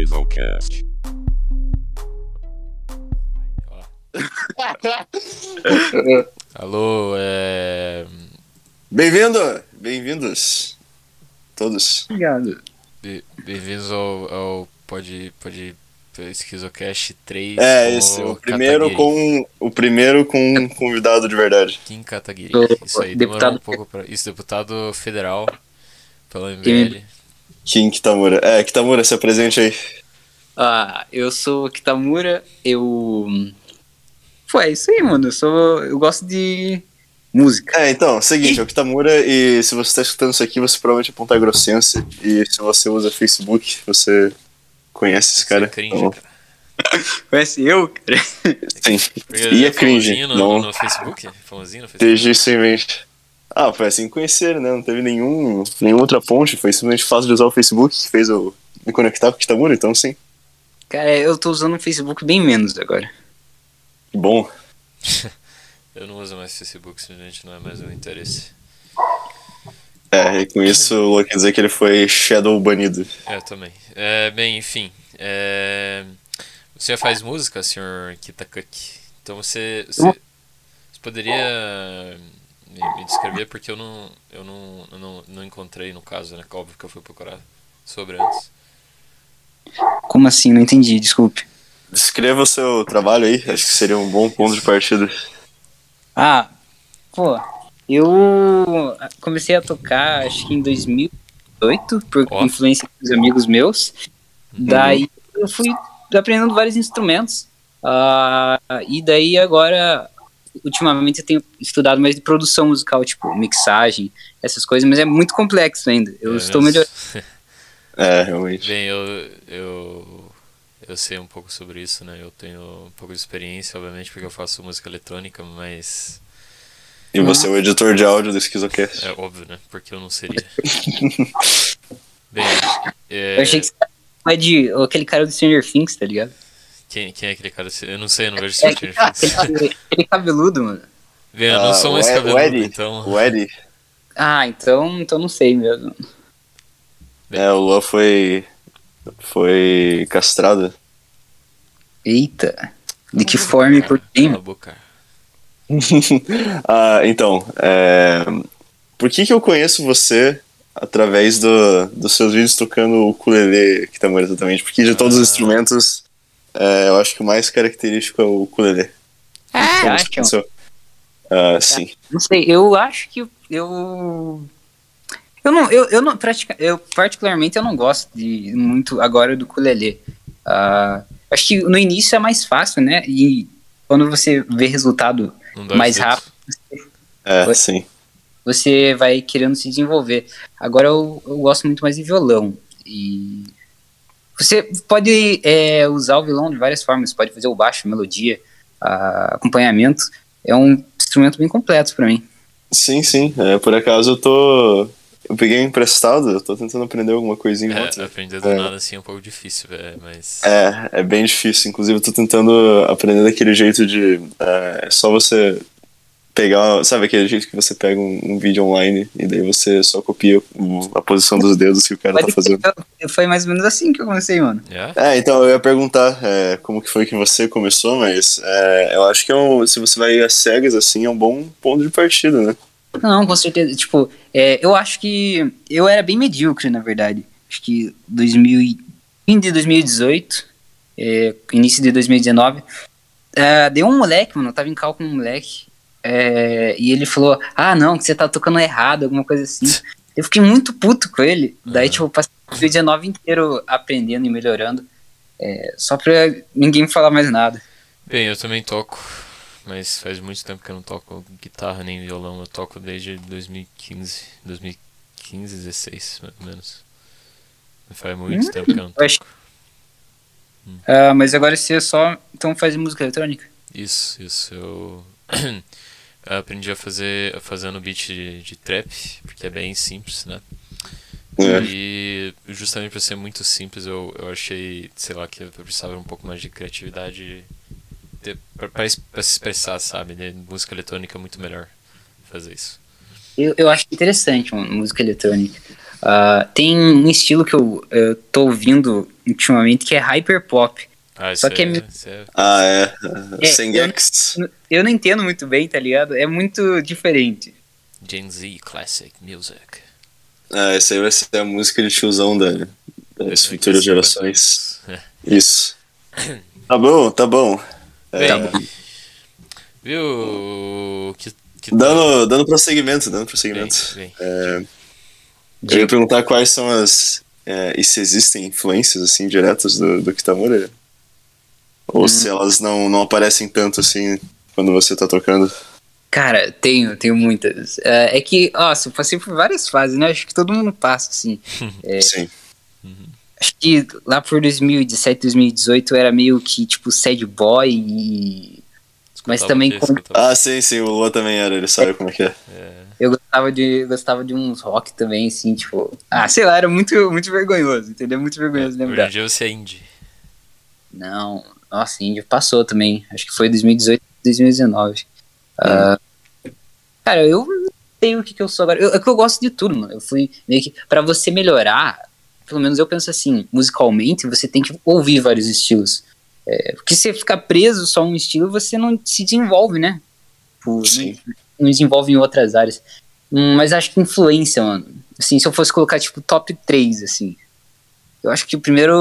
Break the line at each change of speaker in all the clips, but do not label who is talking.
Esquizocast.
Alô, é.
Bem-vindo, bem-vindos todos.
Obrigado.
be- Bem-vindos ao, ao Pod, Pod Esquizocast 3.
É, esse, o primeiro com o primeiro com um convidado de verdade.
Kim Kataguiri.
Do-
Isso aí, demorou
deputado-
um pouco pra. Isso, deputado federal pelo
Quem-
MBL.
Kim Kitamura. É, Kitamura, se apresente aí.
Ah, eu sou o Kitamura, eu. Foi é isso aí, mano. Eu sou. Eu gosto de música.
É, então, seguinte, é o Kitamura e se você tá escutando isso aqui, você provavelmente é ponta grossense e se você usa Facebook, você conhece esse cara.
Isso é cringe,
Então,
cara.
Conhece eu, cara?
sim.
Porque
E é
eu famosinho
cringe,
né, No,
não.
no Facebook? Famosinho no Facebook?
Desde isso em mente. Ah, foi assim que conheceram, né? Não teve nenhum, nenhuma outra ponte, foi simplesmente fácil de usar o Facebook que fez eu me conectar com o Kitamura, então sim.
Cara, eu tô usando o Facebook bem menos agora.
Que bom.
Eu não uso mais Facebook, simplesmente não é mais um interesse.
É, e com isso o Lua quer dizer que ele foi Shadow banido.
Eu também. É, bem, enfim. é, Você já faz música, senhor Kitakuk? Então você, você, você poderia me, me descrever porque eu não, eu não, eu não, não encontrei no caso, né? que Óbvio que eu fui procurar sobre antes.
Como assim? Não entendi, desculpe.
Descreva o seu trabalho aí, acho que seria um bom ponto de partida.
Ah, pô, eu comecei a tocar acho que em 2008, por
Ó. Uhum.
influência dos amigos meus. Daí eu fui aprendendo vários instrumentos. Ah, e daí agora, ultimamente eu tenho estudado mais de produção musical, tipo mixagem, essas coisas, mas é muito complexo ainda. Eu
É
estou
mesmo?
melhorando.
É, realmente.
Bem, eu, eu, eu sei um pouco sobre isso, né? Eu tenho um pouco de experiência, obviamente, porque eu faço música eletrônica, mas
E você é o editor de áudio do Schizocast.
uhum. é óbvio, né? Porque eu não seria. Bem, é...
Eu achei que você é de aquele cara do Stranger Things, tá ligado?
Quem, quem é aquele cara? Eu não sei, eu não vejo
É,
Stranger
aquele,
Things.
aquele- aquele cabeludo, mano.
Bem, eu não
Ah,
sou mais
o Ed-
cabeludo,
o Eddie.
então.
O Eddie,
Ah, então, então não sei mesmo.
é, o Lua foi. foi castrado.
Eita. De que forma e por quem?
Cala a boca.
ah, então, é, por que que eu conheço você através do, dos seus vídeos tocando o ukulele, Kitamura, exatamente? Porque de
Ah.
todos os instrumentos, é, eu acho que o mais característico é o ukulele.
Ah,
Como isso
acho,
aconteceu? Ah, sim.
não sei, eu acho que eu eu não eu, eu não pratica, eu particularmente eu não gosto de muito agora do ukulele. Ah, acho que no início é mais fácil, né? E quando você vê resultado,
Não dói
Mais
tanto.
rápido.
É,
Oi?
sim.
você vai querendo se desenvolver. Agora eu, eu gosto muito mais de violão e você pode é, usar o violão de várias formas. Você pode fazer o baixo, melodia, ah, acompanhamento. É um instrumento bem completo pra mim.
Sim, sim. É, por acaso eu tô. Eu peguei emprestado, eu tô tentando aprender alguma coisinha ou
É,
outra.
aprender do
É.
nada assim é um pouco difícil, velho, mas.
É, é bem difícil. Inclusive, eu tô tentando aprender daquele jeito de. É é só você pegar. Sabe aquele jeito que você pega um, um vídeo online e daí você só copia o- a posição dos dedos que o cara tá
Pode
fazendo?
crer, Foi mais ou menos assim que eu comecei, mano.
É?
É, então eu ia perguntar é, como que foi que você começou, mas é, eu acho que é um, se você vai às cegas assim, é um bom ponto de partida, né?
Não, com certeza. Tipo, é, eu acho que eu era bem medíocre, na verdade. Acho que 2000, e- fim de 2018, é, início de 2019, é, deu um moleque, mano. Eu tava em cal com um moleque. é, e ele falou: Ah, não, que você tá tocando errado, alguma coisa assim. Eu fiquei muito puto com ele. Daí,
Aham.
tipo, eu passei o 2019 inteiro aprendendo e melhorando. é, só pra ninguém me falar mais nada.
Bem, eu também toco, mas faz muito tempo que eu não toco guitarra nem violão. Eu toco desde 2015, 2015, 16, mais ou menos. Faz muito tempo que eu não
Hum, eu acho-
toco.
Ah, mas agora você só então faz música eletrônica.
Isso, isso. Eu aprendi a fazer a fazendo beat de, de trap, porque é bem simples, né?
É.
E justamente por ser muito simples, eu, eu achei, sei lá, que eu precisava um pouco mais de criatividade ter- pra, pra, es- pra se expressar, sabe? Né? Música eletrônica é muito melhor fazer isso.
Eu, eu acho interessante, mano, música eletrônica. Ah, tem um estilo que eu, eu tô ouvindo ultimamente que é hyperpop.
Ah,
Só
isso
que é
é-
meio-
isso é-
Ah,
É,
é. Sengex.
Eu não entendo muito bem, tá ligado? É muito diferente.
Gen Z Classic Music.
Ah, essa aí vai ser a música de tiozão da, das É, futuras gerações.
É.
Isso. Tá bom, tá bom. É,
Tá
Bem, Viu? Que, que
dando, dando prosseguimento, dando
Bem,
prosseguimento.
bem.
É, eu ia perguntar quais são as. é, e se existem influências assim diretas do, do Kitamura? Ou se elas não, não aparecem tanto assim quando você tá tocando.
Cara, tenho, tenho muitas. É é que, nossa, eu passei por várias fases, né? Acho que todo mundo passa, assim. É.
Sim.
Acho que lá por 2017, 2018 eu era meio que, tipo, sad boy e. Mas
Escutava
também
o quê?
com-
Escutava-
Ah, sim, sim, o Lua também era, ele sabe como é que é.
é.
Eu gostava de, gostava de uns rock também, assim, tipo. Ah, sei lá, era muito, muito vergonhoso, entendeu? Muito vergonhoso
Hoje em
lembrar.
dia você é indie.
Não, nossa, índio passou também. Acho que foi 2018, 2019. Ah, cara, eu não sei o que, que eu sou agora. Eu, é que eu gosto de tudo, mano. Eu fui meio que. Pra você melhorar, pelo menos eu penso assim, musicalmente, você tem que ouvir vários estilos. É, porque se você ficar preso só a um estilo, você não se desenvolve, né? Tipo,
Sim.
Não, não desenvolve em outras áreas. Hum, Mas acho que influência, mano. Assim, se eu fosse colocar, tipo, top 3, assim. Eu acho que o primeiro.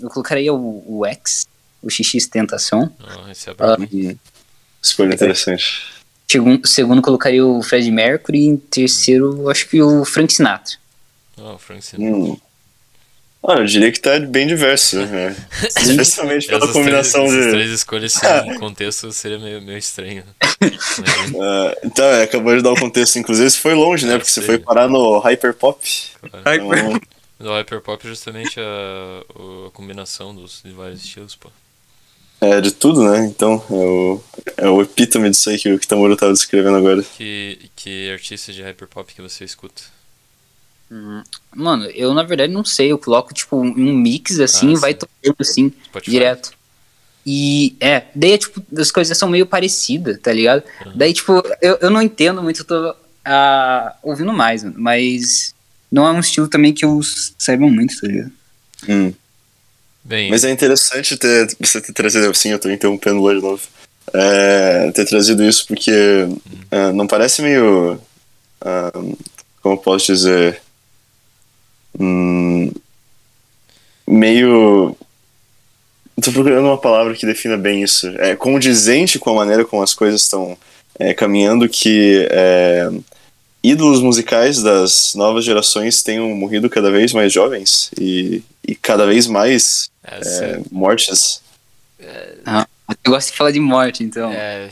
Eu colocaria o, o X, o XX Tentação.
Não, esse é
Ah,
brabo.
Escolha interessante.
Segundo, segundo colocaria o Fred Mercury e em terceiro acho que o Frank Sinatra.
Não, o Frank Sinatra.
Hum. Ah, eu diria que tá bem diverso, né? Especialmente pela
Essas
combinação
três, essas
de.
três escolhas sem contexto seria meio, meio estranho. Imagina,
Ah, então, é, acabou de dar o contexto, inclusive você foi longe, né? Porque você foi parar no hyperpop.
claro.
Então,
No Hyperpop é justamente a, o- a combinação dos de vários estilos, pô.
é de tudo, né? Então, é o, é o epítome disso aí que o Kitamura tava descrevendo agora.
Que, que artista de Hyperpop que você escuta?
Mano, eu na verdade não sei, eu coloco tipo um mix assim
Ah,
e vai
sim.
tocando assim,
Spotify?
direto. E é, daí é, tipo, as coisas são meio parecidas, tá ligado?
Ah.
Daí, tipo, eu, eu não entendo muito, eu tô ah, ouvindo mais, mano, mas não é um estilo também que eu s- saiba muito, tá ligado?
Hum.
Bem,
Mas é interessante ter, você ter trazido. Sim, eu tô interrompendo lá de novo. É, ter trazido isso porque é, não parece meio. ah, como eu posso dizer? Hum, meio. eu Tô procurando uma palavra que defina bem isso. É condizente com a maneira como as coisas estão é, caminhando que é, ídolos musicais das novas gerações tenham morrido cada vez mais jovens e, e cada vez mais
essa,
é, mortes.
Eu gosto de falar de morte, então.
é,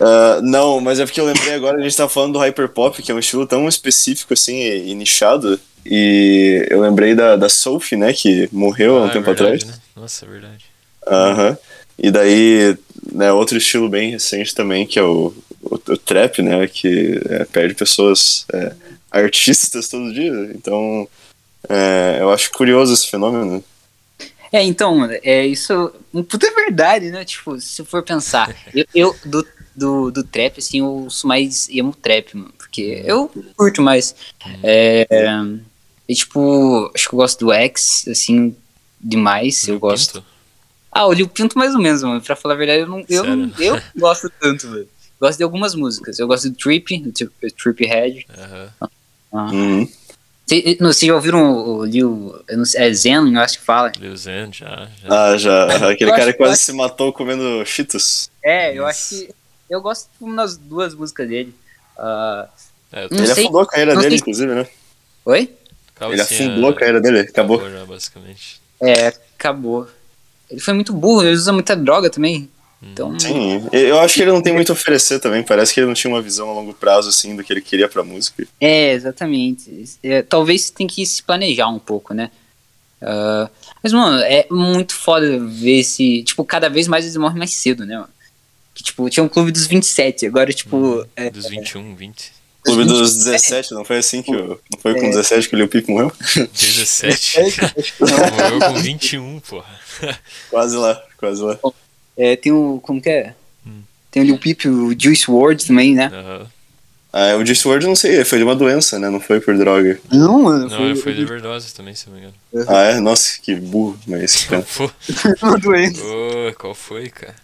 Ah, não, mas é porque eu lembrei agora, a gente tá falando do hyperpop, que é um estilo tão específico assim e, e nichado. E eu lembrei da, da Sophie, né, que morreu há
Ah,
um
é
tempo
verdade,
atrás.
né? Nossa, é verdade.
Aham. E daí, né, outro estilo bem recente também, que é o, o, o trap, né, que é, perde pessoas, é, artistas todo dia. Então, é, eu acho curioso esse fenômeno.
É, então, mano, é isso. Puta é verdade, né? Tipo, se for pensar, eu, eu do, do, do trap, assim, eu sou mais emo trap, mano. Porque eu curto mais. É, e, tipo, acho que eu gosto do X, assim, demais. Eu
Lil
gosto.
Pinto?
Ah, o Lil Pinto mais ou menos, mano. Pra falar a verdade, eu não, eu não,
Sério?
eu não gosto tanto, velho. Gosto de algumas músicas. Eu gosto do Trip, do Tri- Trip Head.
Aham.
Uhum.
Vocês não- vocês já ouviram o, o Lil. Eu não sei, é Zen, eu acho que fala.
Lil Zen, já, já.
Ah, já. Aquele
Eu
cara
acho-
que quase
eu acho-
se matou comendo Cheetos.
É, eu acho
Isso.
que. Eu gosto de uma das duas músicas dele. Ah,
É,
Não
Ele
sei-
afundou a carreira
não
dele,
sei-
inclusive, né?
oi?
Ele
calcinha-
afundou a carreira dele, acabou.
já, basicamente.
É, acabou. Ele foi muito burro, ele usa muita droga também.
Hum.
Então.
Sim, eu acho que ele não tem muito a oferecer também. Parece que ele não tinha uma visão a longo prazo, assim, do que ele queria pra música.
É, exatamente. É, talvez você tem que se planejar um pouco, né? Ah, mas, mano, é muito foda ver se. Tipo, cada vez mais eles morrem mais cedo, né, mano? Que, tipo, tinha um clube dos 27, agora, tipo. é,
Uhum. Dos 21, 20,
Clube dos 17, não foi assim que o. Não foi com
É.
17 que o Lil Peep morreu?
17. Morreu com 21, porra.
Quase lá, quase lá.
é, tem o. Como que é?
Hum.
Tem o Lil Peep, o Juice Ward também, né?
Aham.
Ah, o Discord, não sei, foi de uma doença, né? Não foi por droga.
Não, mano.
Não, eu fui de overdose também, se não me engano.
Ah, é? Nossa, que burro, mas.
Qual foi?
uma doença.
Ô, qual foi, cara?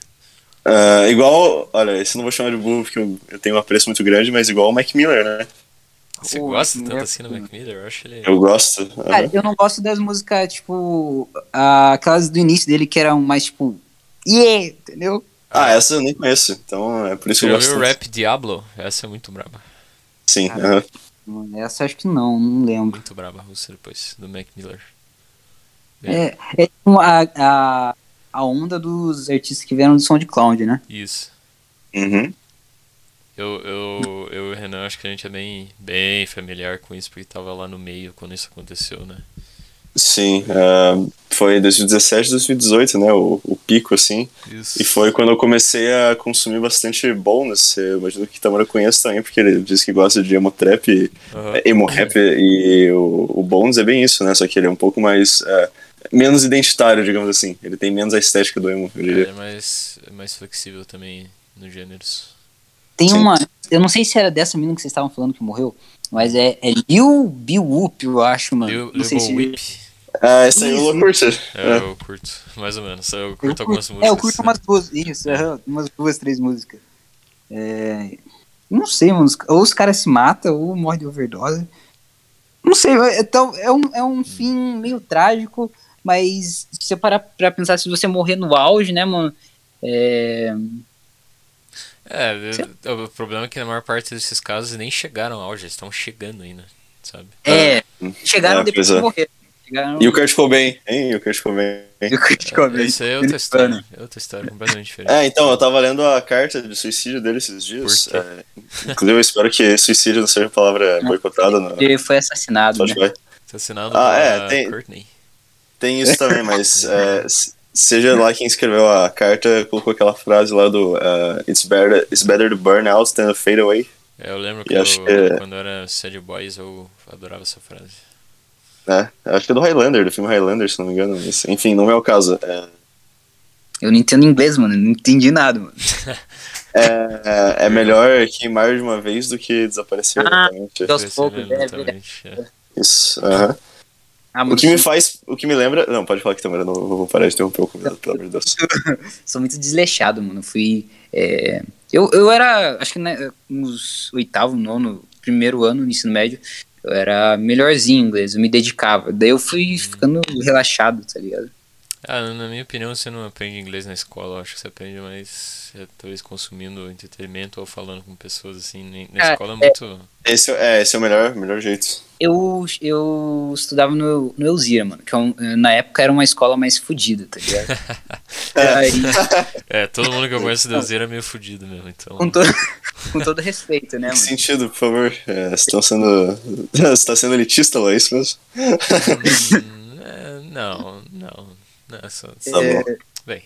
Ah, igual. Olha, esse eu não vou chamar de burro porque eu, eu tenho um apreço muito grande, mas igual o Mac Miller, né?
Você
Pô,
gosta
Mac
tanto
né,
Miller,
assim do Mac Miller? Eu acho ele.
Eu gosto. aham.
Cara, eu não gosto das músicas, tipo, a- aquelas do início dele que eram mais, tipo, yeah, entendeu?
Ah, essa eu nem conheço, então é por isso
Você
que eu
já
gosto.
ouviu o
tanto.
rap Diablo? Essa é muito braba.
Sim,
Cara.
aham.
Mano, Essa acho que não, não lembro.
Muito braba, Russo, depois, do Mac Miller.
É, é tipo a, a, a onda dos artistas que vieram do SoundCloud, né?
Isso.
Uhum.
Eu,
eu
eu, eu e o Renan, acho que a gente é bem, bem familiar com isso, porque tava lá no meio quando isso aconteceu, né?
Sim, ah, foi 2017, 2018, né? O, o pico, assim.
Isso.
E foi quando eu comecei a consumir bastante bonus. Eu imagino que o Tamara conhece também, porque ele diz que gosta de emo trap e
Aham.
é, emo rap e o, o Bones é bem isso, né? Só que ele é um pouco mais. é, menos identitário, digamos assim. Ele tem menos a estética do emo, eu
Ele é
diria.
mais, é mais flexível também nos gêneros.
Tem
Sim.
uma. Eu não sei se era dessa menina que vocês estavam falando que morreu, mas é, é Lil Biwup, eu acho, mano.
Lil
não
Lil
sei se.
Whip,
Ah, essa aí eu curto.
é,
É.
eu curto, mais ou menos. Eu curto
Eu
algumas
curto-
músicas.
É, eu curto umas duas. Isso, aham, umas duas, três músicas. É, não sei, mano. os- Ou os caras se matam, ou morre de overdose. Não sei, é, tal- é um, é um fim meio trágico, mas se você parar pra pensar, se você morrer no auge, né, mano? É,
É, eu- o problema é que na maior parte desses casos nem chegaram ao auge, eles estão chegando ainda, sabe?
é, chegaram
É,
depois
pois é.
de morrer. Chegaram
E o Kurt Cobain, hein? E o Kurt Cobain.
eu curti com a vez.
Isso aí é outra história, é outra história completamente diferente.
É, então, eu tava lendo a carta de suicídio dele esses dias.
Por quê?
É, inclusive, eu espero que suicídio não seja palavra boicotada no
Ele foi assassinado, né?
Spotify.
Assassinado
Ah, é,
Tá pela
tem-
Courtney.
Tem isso também, mas é, se- seja lá quem escreveu a carta, colocou aquela frase lá do uh, it's, better, it's better to burn out than to fade away.
É, eu lembro
E
que eu-
acho que-
quando eu era Sad Boys eu adorava essa frase.
Né? Acho que é do Highlander, do filme Highlander, se não me engano. mas, enfim, não é o caso. É,
Eu não entendo inglês, mano. Não entendi nada, mano.
é- é melhor queimar de uma vez do que desaparecer.
Ah,
exatamente.
Aos
Esse
poucos,
mesmo,
é,
exatamente, é.
Isso, aham.
Ah,
O
mano,
que me faz. O que me lembra. Não, pode falar que também eu não vou parar de interromper o convidado, pelo amor de Deus.
sou muito desleixado, mano. Eu Fui. é, Eu, eu era, acho que né, nos oitavo, nono, primeiro ano no ensino médio, eu era melhorzinho em inglês, eu me dedicava. Daí eu fui ficando relaxado, tá ligado?
Ah, na minha opinião, você não aprende inglês na escola, eu acho que você aprende mais é, talvez consumindo entretenimento ou falando com pessoas assim. ne- Na
Ah,
escola é muito.
Esse é, é, esse é o melhor, melhor jeito.
Eu, eu estudava no, no Elzira, mano, que é um- na época era uma escola mais fodida, tá ligado? Aí,
É, todo mundo que eu conheço deuseira é meio fudido mesmo, então.
com, todo, com todo respeito, né,
Que
mano?
sentido, por favor. É, vocês estão sendo. Você tá sendo elitista, lá, é isso mesmo?
Hum, é, não, não. não é só,
É.
Tá bom.
Bem,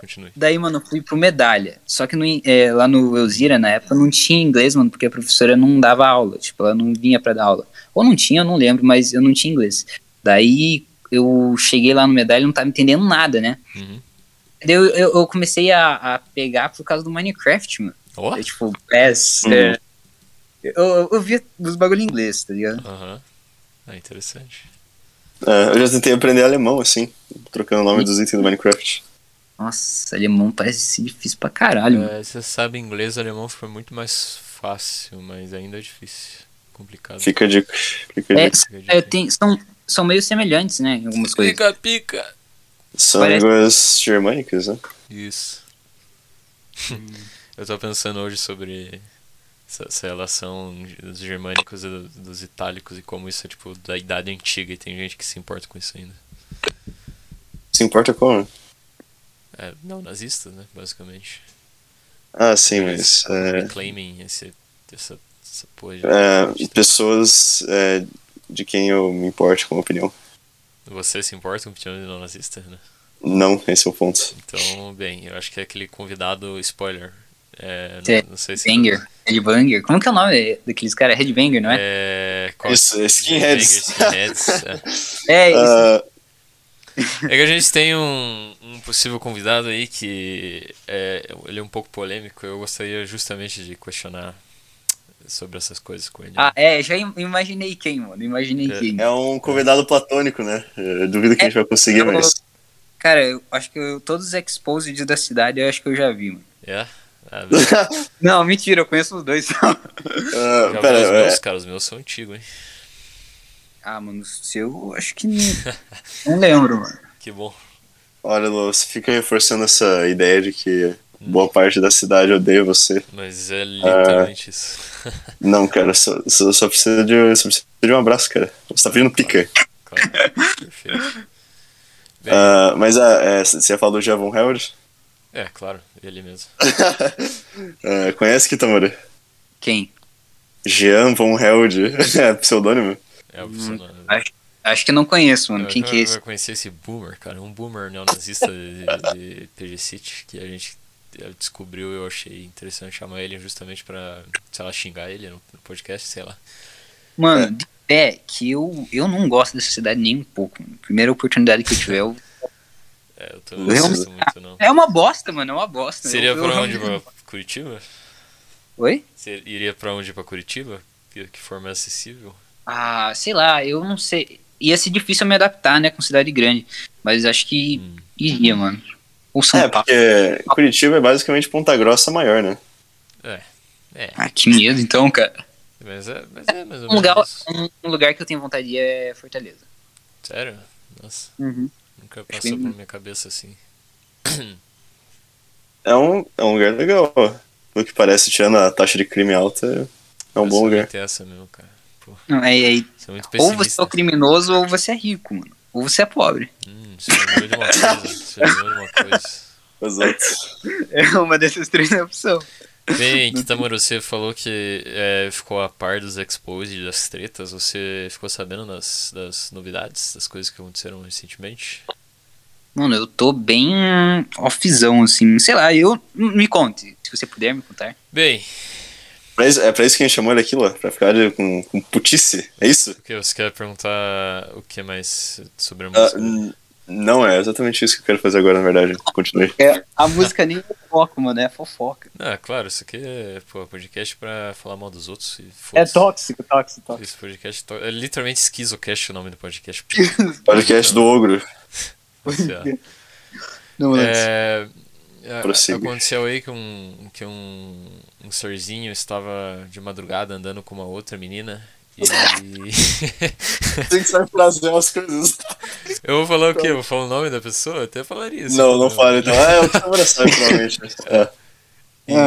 continue.
Daí, mano, eu fui pro Medalha. Só que no, in- é, lá no Elzira, na época, não tinha inglês, mano, porque a professora não dava aula. Tipo, ela não vinha pra dar aula. Ou não tinha, eu não lembro, mas eu não tinha inglês. Daí, eu cheguei lá no Medalha e não tava entendendo nada, né?
Uhum.
Daí eu, eu, eu comecei a, a pegar por causa do Minecraft, mano.
Ó,
É, tipo, PES.
Uhum.
é. Eu, eu- eu via os bagulho em inglês, tá ligado?
Aham. Ah, interessante.
É, eu já tentei aprender alemão, assim, trocando o nome dos itens do Minecraft.
Nossa, alemão parece ser difícil pra caralho, mano.
É, você sabe inglês, alemão fica muito mais fácil, mas ainda é difícil. Complicado.
Fica a dica. Fica a
É,
dica.
é, tem- são, são meio semelhantes, né, em algumas coisas.
Pica, pica!
São
parece-
línguas germânicas, né?
Isso. Eu tô pensando hoje sobre essa, essa relação dos germânicos e do- dos itálicos e como isso é tipo da idade antiga e tem gente que se importa com isso ainda.
Se importa como?
É, não, nazistas, né, basicamente.
Ah, sim,
Eles
mas. é,
reclaimem esse, essa, essa porra de-
é,
de-
pessoas é, de quem eu me importo com a opinião.
Você se importa com o opinião de não nazista, né?
Não, esse é o ponto.
Então, bem, eu acho que é aquele convidado spoiler. É,
Sim,
não, não sei se.
Banger, Red Banger. Como que é o nome daqueles caras? Red Banger, não é?
É, qual-
Isso, skinheads.
Banger, skinheads, é.
É, isso.
Ah,
É que a gente tem um, um possível convidado aí que é, ele é um pouco polêmico. Eu gostaria justamente de questionar sobre essas coisas com ele.
Ah, é, já im- imaginei quem, mano. Imaginei
É.
quem.
É um convidado platônico, né? Eu duvido que a gente vai conseguir, mas.
Cara, eu acho que eu- todos os exposed da cidade eu acho que eu já vi, mano.
É? Ah, velho,
Não, mentira, eu conheço os dois.
Ah,
já vi
pera,
os
é,
meus, cara, os meus são antigos, hein?
ah, mano, o seu eu acho que. Não, não lembro, mano.
Que bom.
olha, Lô, você fica reforçando essa ideia de que boa parte da cidade odeia você.
Mas é literalmente isso.
Não, cara, só, só, só precisa de, só precisa de um abraço, cara. Você tá pedindo pica.
claro. Perfeito. Bem,
Ah, mas ah, é, c- você falou do Javon Howard?
é, claro, ele mesmo.
Ah, conhece Kitamura?
Quem?
Jean Von Held, é pseudônimo.
É o personagem.
Acho que eu não conheço, Hum. mano. Quem que é esse?
Eu conheci esse boomer, cara. Um boomer neonazista de, de PG City que a gente eh, descobriu eu achei interessante chamar ele justamente pra, sei lá, xingar ele no no podcast, sei lá.
Mano, de pé, que eu, eu não gosto dessa cidade nem um pouco, mano. Primeira oportunidade que eu tiver, eu...
É, eu tô,
Eu
não gosto muito, não.
É uma bosta, mano, é uma bosta.
Seria
Eu- eu
pra onde?
realmente-
Pra Curitiba?
Oi?
Você iria pra onde? Pra Curitiba? Que, que forma é acessível?
Ah, sei lá, eu não sei. Ia ser difícil eu me adaptar, né, com cidade grande. Mas acho que
Hum.
iria, mano. Ou São
É,
Paulo.
porque Curitiba é basicamente Ponta Grossa maior, né?
Ah, que medo, então, cara.
Mas é, mas é mais ou
Um lugar,
menos. isso.
um- um lugar que eu tenho vontade de ir é Fortaleza.
Sério? Nossa,
Uhum.
nunca
bem-
passou pela minha cabeça assim.
É um, é um lugar legal. Pelo que parece, tirando a taxa de crime alta, é um bom lugar.
Tem essa mesmo, cara.
Não, é, é-
Você é muito
ou você é
pessimista.
o criminoso ou você é rico, mano. Ou você é pobre.
Hum, você lembrou de uma coisa. Você lembrou de uma coisa.
Exato.
É uma dessas três opções.
Bem, Kitamura, você falou que é, ficou a par dos exposed, das tretas. Você ficou sabendo das, das novidades, das coisas que aconteceram recentemente?
Mano, eu tô bem offzão, assim. Sei lá, eu. Me conte, se você puder me contar.
Bem,
Mas é pra isso que a gente chamou ele aqui, Lô? Pra ficar de- com, com putice? É isso?
o que você quer perguntar o que mais sobre a
Ah,
música?
n- não, é exatamente isso que eu quero fazer agora, na verdade. Continue.
É, a música nem é fofoca, mano, é fofoca.
Ah, claro, isso aqui é pô, podcast pra falar mal dos outros. E
É
foda-se.
tóxico, tóxico, tóxico.
Esse podcast to- é literalmente Schizocast o nome do podcast.
Podcast do Ogro.
Você, ó.
Não, mano.
É, a-
Prossiga.
aconteceu aí que um, que um, um sorzinho estava de madrugada andando com uma outra menina. E
Tem que saber fazer umas coisas.
eu vou falar o quê? Eu vou falar o nome da pessoa? Eu até falaria isso. né?
Não, não fale então. Ah, é o que eu sabe, provavelmente. É.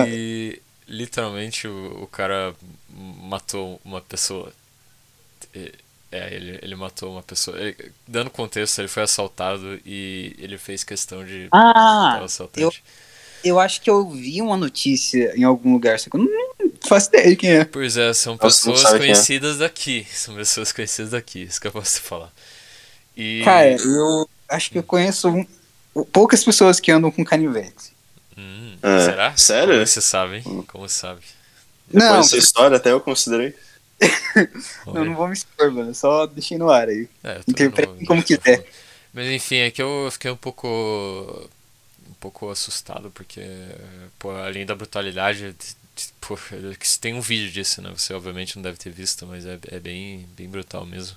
E literalmente o, o cara matou uma pessoa. E- É, ele, ele matou uma pessoa. Ele- dando contexto, ele foi assaltado e ele fez questão de matar o
Ah,
assaltante.
eu acho que eu vi uma notícia em algum lugar, só que eu não faço ideia de quem é.
Pois é, são
Nossa, não
pessoas
sabe quem é.
conhecidas daqui. São pessoas conhecidas daqui, isso que eu posso falar. E.
Cara, é. eu acho que eu conheço um- poucas pessoas que andam com canivete.
Hum,
É.
Será?
Sério?
Como você sabe, hein? Como sabe?
Depois
Não,
dessa história, até eu considerei.
Vamos
eu
ver.
não vou me expor, mano. Só deixei no ar aí.
É, eu também
interpretem
não vou-
como quiser.
Mas enfim, é que eu fiquei um pouco. um pouco assustado, porque. pô, além da brutalidade. t- t- Pô, que tem um vídeo disso, né? Você obviamente não deve ter visto, mas é, é bem, bem brutal mesmo.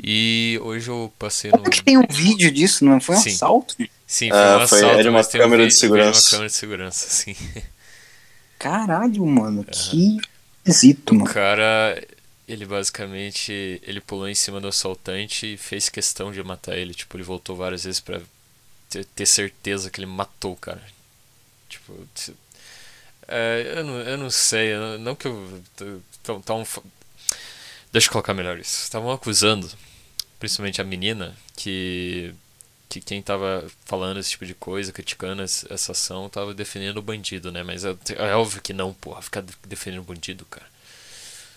E hoje eu passei no.
Como que tem um vídeo disso, não foi um
Sim.
assalto?
Sim, foi
Ah,
um
foi-
assalto,
era uma
mas tem um
câmera de
vi- veio
segurança.
uma câmera de segurança, sim.
Caralho, mano, que esquisito,
O
mano.
cara, ele basicamente, ele pulou em cima do assaltante e fez questão de matar ele. Tipo, ele voltou várias vezes pra ter, ter certeza que ele matou o cara. Tipo, se- é, eu, não, eu não sei, eu não, não que eu... Tão, tão, um fa- deixa eu colocar melhor isso. Estavam acusando, principalmente a menina, que... Que quem tava falando esse tipo de coisa, criticando es- essa ação, tava defendendo o bandido, né? Mas é, é óbvio que não, porra, ficar de- defendendo o bandido, cara.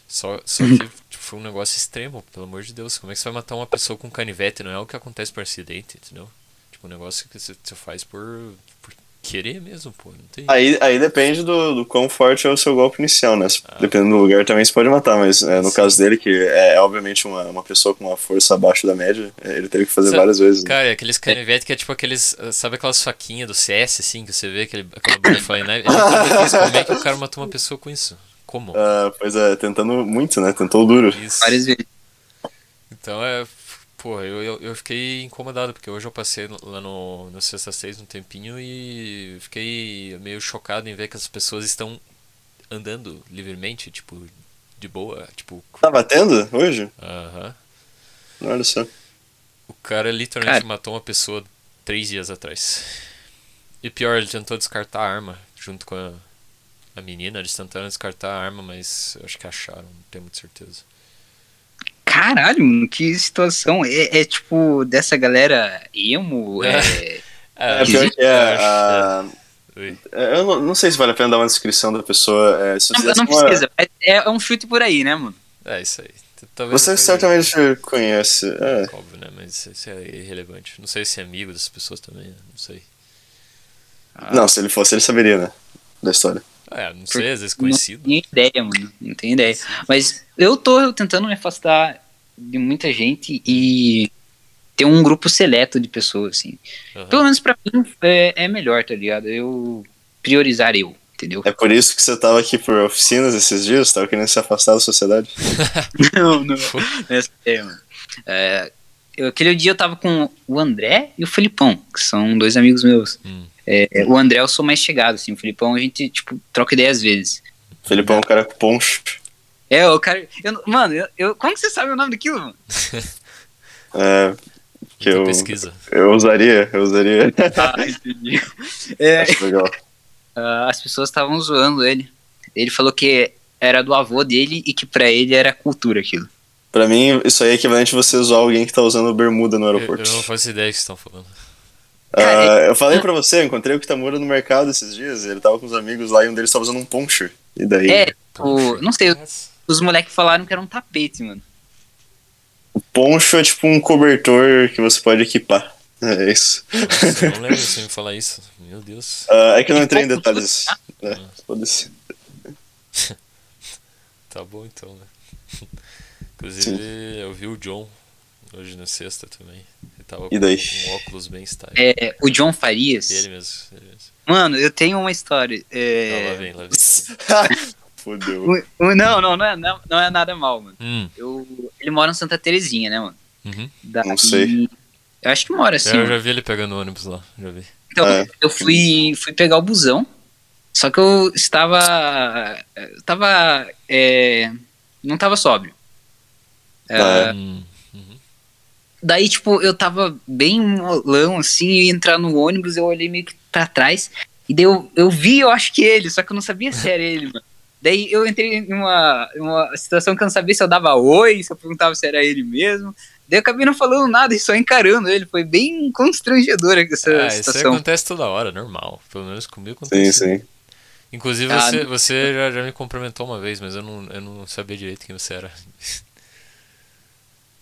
Só, só que tipo, foi um negócio extremo, pelo amor de Deus. Como é que você vai matar uma pessoa com canivete? Não é o que acontece por acidente, entendeu? Tipo, um negócio que você você faz por, por querer mesmo, pô. Não tem.
Aí, aí depende do, do quão forte é o seu golpe inicial, né? Se- Dependendo do lugar também você pode matar, mas é, no
Sim.
caso dele, que é, é, obviamente uma, uma pessoa com uma força abaixo da média, é, ele teve que fazer
Sabe-
várias vezes. né?
Cara, é aqueles canivetes que é tipo aqueles. ah, Sabe aquelas né? faquinhas do CS, assim, que você vê aquele, aquela butterfly knife? Eu nunca vi isso. Como é que o cara matou uma pessoa com isso? Como?
Ah, pois é, tentando muito, né? Tentou duro.
Isso.
Várias vezes.
Então é. Porra, eu, eu, eu fiquei incomodado, porque hoje eu passei lá no, no Sexta Seis um tempinho e fiquei meio chocado em ver que as pessoas estão andando livremente, tipo, de boa. Tipo,
Tá batendo hoje?
aham.
Olha só.
O cara literalmente
Cara.
matou uma pessoa três dias atrás. E pior, ele tentou descartar a arma junto com a, a menina. Eles tentaram descartar a arma, mas eu acho que acharam, não tenho muita certeza.
Caralho, mano, que situação. É, é tipo dessa galera emo. É.
É, pior que é. a-
Ui.
é, eu não, não sei se vale a pena dar uma descrição da pessoa. é, se eu
Não,
fizesse
não
uma-
precisa, mas é um chute por aí, né, mano?
É, isso aí. T- Talvez
Você
depois-
certamente conhece. É.
Óbvio, né? Mas isso é irrelevante. Não sei se é amigo dessas pessoas também, né? não sei. Ah.
Não, se ele fosse, ele saberia, né? Da história.
É, não sei, às vezes
Não
conhecido.
tenho ideia, mano. Não tenho ideia. Mas eu tô tentando me afastar de muita gente e ter um grupo seleto de pessoas, assim.
Aham.
Pelo menos pra mim é, é melhor, tá ligado? Eu priorizar eu, entendeu?
É por isso que você tava aqui por oficinas esses dias? Tava querendo se afastar da sociedade?
Não, não. Essa é, mano. É, eu- aquele dia eu tava com o André e o Felipão, que são dois amigos meus.
Hum.
É, o André eu sou mais chegado, assim. O Felipão a gente, tipo, troca ideia às vezes.
Felipão é um cara com poncho.
É, o cara. eu não- mano, eu, eu- como que você sabe o nome daquilo, mano?
É, que
Muita
eu,
pesquisa.
eu usaria, eu usaria.
Ah, entendi. É,
Acho legal.
Ah, as pessoas estavam zoando ele. Ele falou que era do avô dele e que pra ele era cultura aquilo.
Pra mim, isso aí é equivalente a você usar alguém que tá usando bermuda no
Eu,
aeroporto.
eu não faço ideia do que vocês estão falando.
Ah, eu falei pra você, eu encontrei o Kitamura no mercado esses dias, ele tava com os amigos lá e um deles tava usando um poncho. E daí?
É, o,
Poxa.
não sei, os moleques falaram que era um tapete, mano.
O poncho é tipo um cobertor que você pode equipar. É isso.
Nossa, eu não lembro de você me falar isso. Meu Deus.
Ah, é que eu não entrei em detalhes. É, foda-se.
Tá bom então, né? Inclusive, eu vi o John hoje na sexta também. Ele tava
E daí?
com um óculos bem style.
É, o John Farias.
Ele mesmo. Ele mesmo.
Mano, eu tenho uma história.
Ah, lá
É...
vem, lá vem. lá
Fodeu.
Um- um- Não, não, não é, não, não é nada mal, mano.
vem. Hum,
Eu, ele mora em Santa Terezinha, né, mano?
uhum. É,
Daí-
Não sei.
Eu acho que mora, assim.
eu
mano.
já vi ele pegando ônibus lá. Já vi.
Então,
É.
eu fui, fui pegar o busão, só que eu estava. Eu tava. é, não estava sóbrio. É,
Ah,
Hum, uhum.
Daí, tipo, eu tava bem molão, assim, e entrar no ônibus, eu olhei meio que pra trás, e daí eu, eu vi, eu acho que ele, só que eu não sabia se era ele, mano. Daí eu entrei numa, numa situação que eu não sabia se eu dava oi, se eu perguntava se era ele mesmo. Daí eu acabei não falando nada e só encarando ele. Foi bem constrangedora essa
Ah, isso aí
situação.
acontece toda hora, normal. Pelo menos comigo acontece.
Sim, sim.
Inclusive,
Ah,
você,
não-
você já, já me cumprimentou uma vez, mas eu não, eu não sabia direito quem você era.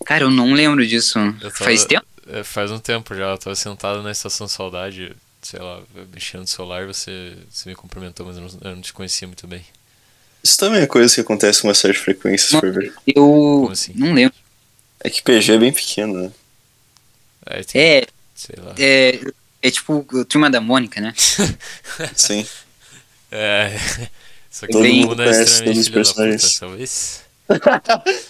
Cara, eu não lembro disso.
Eu tava-
Faz tempo?
É, faz um tempo já, eu tava sentado na estação Saudade, sei lá, mexendo no celular, você, você me cumprimentou, mas eu não, eu não te conhecia muito bem.
Isso também é coisa que acontece com uma certa frequência, se for ver.
Eu
assim?
não lembro.
É que PG é bem pequeno, né?
Aí tem,
É,
sei lá.
é, é tipo o Turma da Mônica, né?
Sim.
É. Só que
Todo
todo
mundo
mundo é
conhece
extremamente
todos
filho
os
da puta,
personagens.
talvez.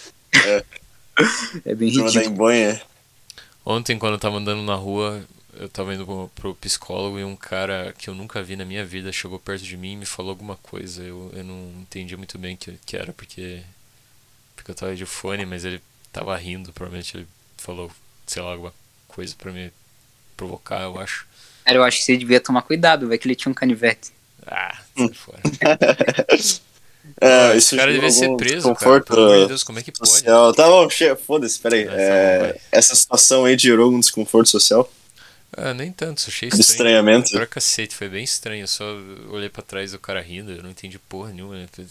É bem
Turma da
ridículo.
Embanha.
Ontem, quando eu tava andando na rua, eu tava indo pro, pro psicólogo e um cara que eu nunca vi na minha vida chegou perto de mim e me falou alguma coisa. Eu, eu não entendi muito bem o que, que era, porque, porque eu tava de fone, mas ele tava rindo, provavelmente ele falou, sei lá, alguma coisa pra me provocar, eu acho.
Cara, eu acho que você devia tomar cuidado, vai que ele tinha um canivete.
Ah,
Hum.
sai fora.
É,
Esse
isso
cara
gerou
devia ser
algum
preso, cara.
desconforto
Pelo amor de Deus, como é que pode?
social. Tá bom, chega, foda-se, peraí.
Vai,
É,
tá bom, vai.
essa situação aí gerou algum desconforto social?
Ah, nem tanto, só achei
De
estranho.
estranhamento?
Pra cacete, foi bem estranho. Eu só olhei pra trás do cara rindo, eu não entendi porra nenhuma. né? Eu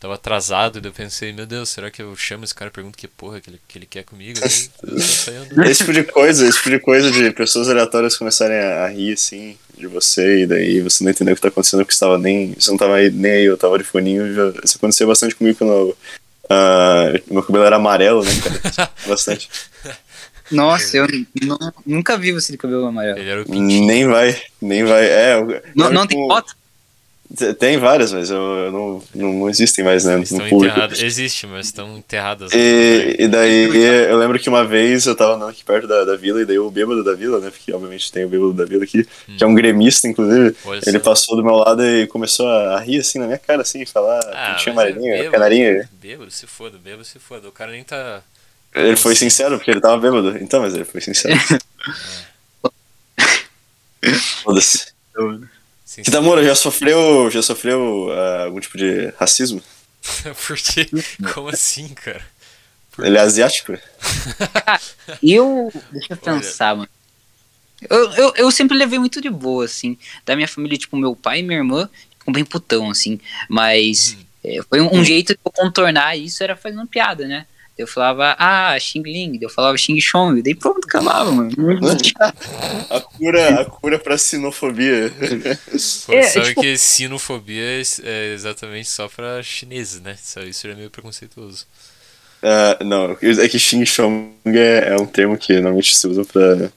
tava atrasado, daí eu pensei, meu Deus, será que eu chamo esse cara e pergunto que porra que ele, que ele quer comigo? Daí Eu só saí andando.
Esse tipo de coisa, esse tipo de coisa de pessoas aleatórias começarem a, a rir assim de você, e daí você não entendeu o que tá acontecendo, porque você tava nem. Você não tava aí, nem aí, eu tava de foninho. Já, isso acontecia bastante comigo quando eu, ah, meu cabelo era amarelo, né, cara? Bastante.
Nossa, eu nu- nunca
É.
vi você de cabelo amarelo.
Hum,
Ele era o pintinho.
nem vai, nem vai. É, eu-
Não,
eu
não
com-
tem foto?
Tem várias, mas eu, eu não, não, não É, existem mais, né?
Estão enterradas. Existe, mas estão enterradas.
E, e daí eu lembro que uma vez eu tava andando aqui perto da, da vila, e daí o bêbado da vila, né? Porque obviamente tem o bêbado da vila aqui,
Hum. é.
que é um gremista, inclusive.
Olha
Ele
só.
passou do meu lado e começou a rir assim na minha cara, assim, falar
Ah,
que tinha
mas é
amarelinho,
bêbado,
canarinho.
Bêbado, se foda, bêbado, se foda. O cara nem tá.
Ele foi sincero, porque ele tava bêbado. Então, mas ele foi sincero. Foda-se.
Sincero.
Kitamura, já sofreu, já sofreu ah, algum tipo de racismo?
Por quê? Como assim, cara?
Ele é asiático?
Eu. Deixa eu
Olha.
pensar, mano. Eu, eu, eu sempre levei muito de boa, assim. Da minha família, tipo, meu pai e minha irmã ficam bem putão, assim. Mas
Uhum.
é, foi um, um jeito de eu contornar isso era fazendo piada, né? Eu falava, ah, Xing Ling, daí eu falava Xing Chong, daí pronto, calava, mano.
A cura, a cura pra sinofobia.
Pô,
É,
sabe
tipo-
que sinofobia é s- é exatamente só pra chineses, né? Só Isso é meio preconceituoso.
Ah, não, é que Xing Chong é, é um termo que normalmente se usa pra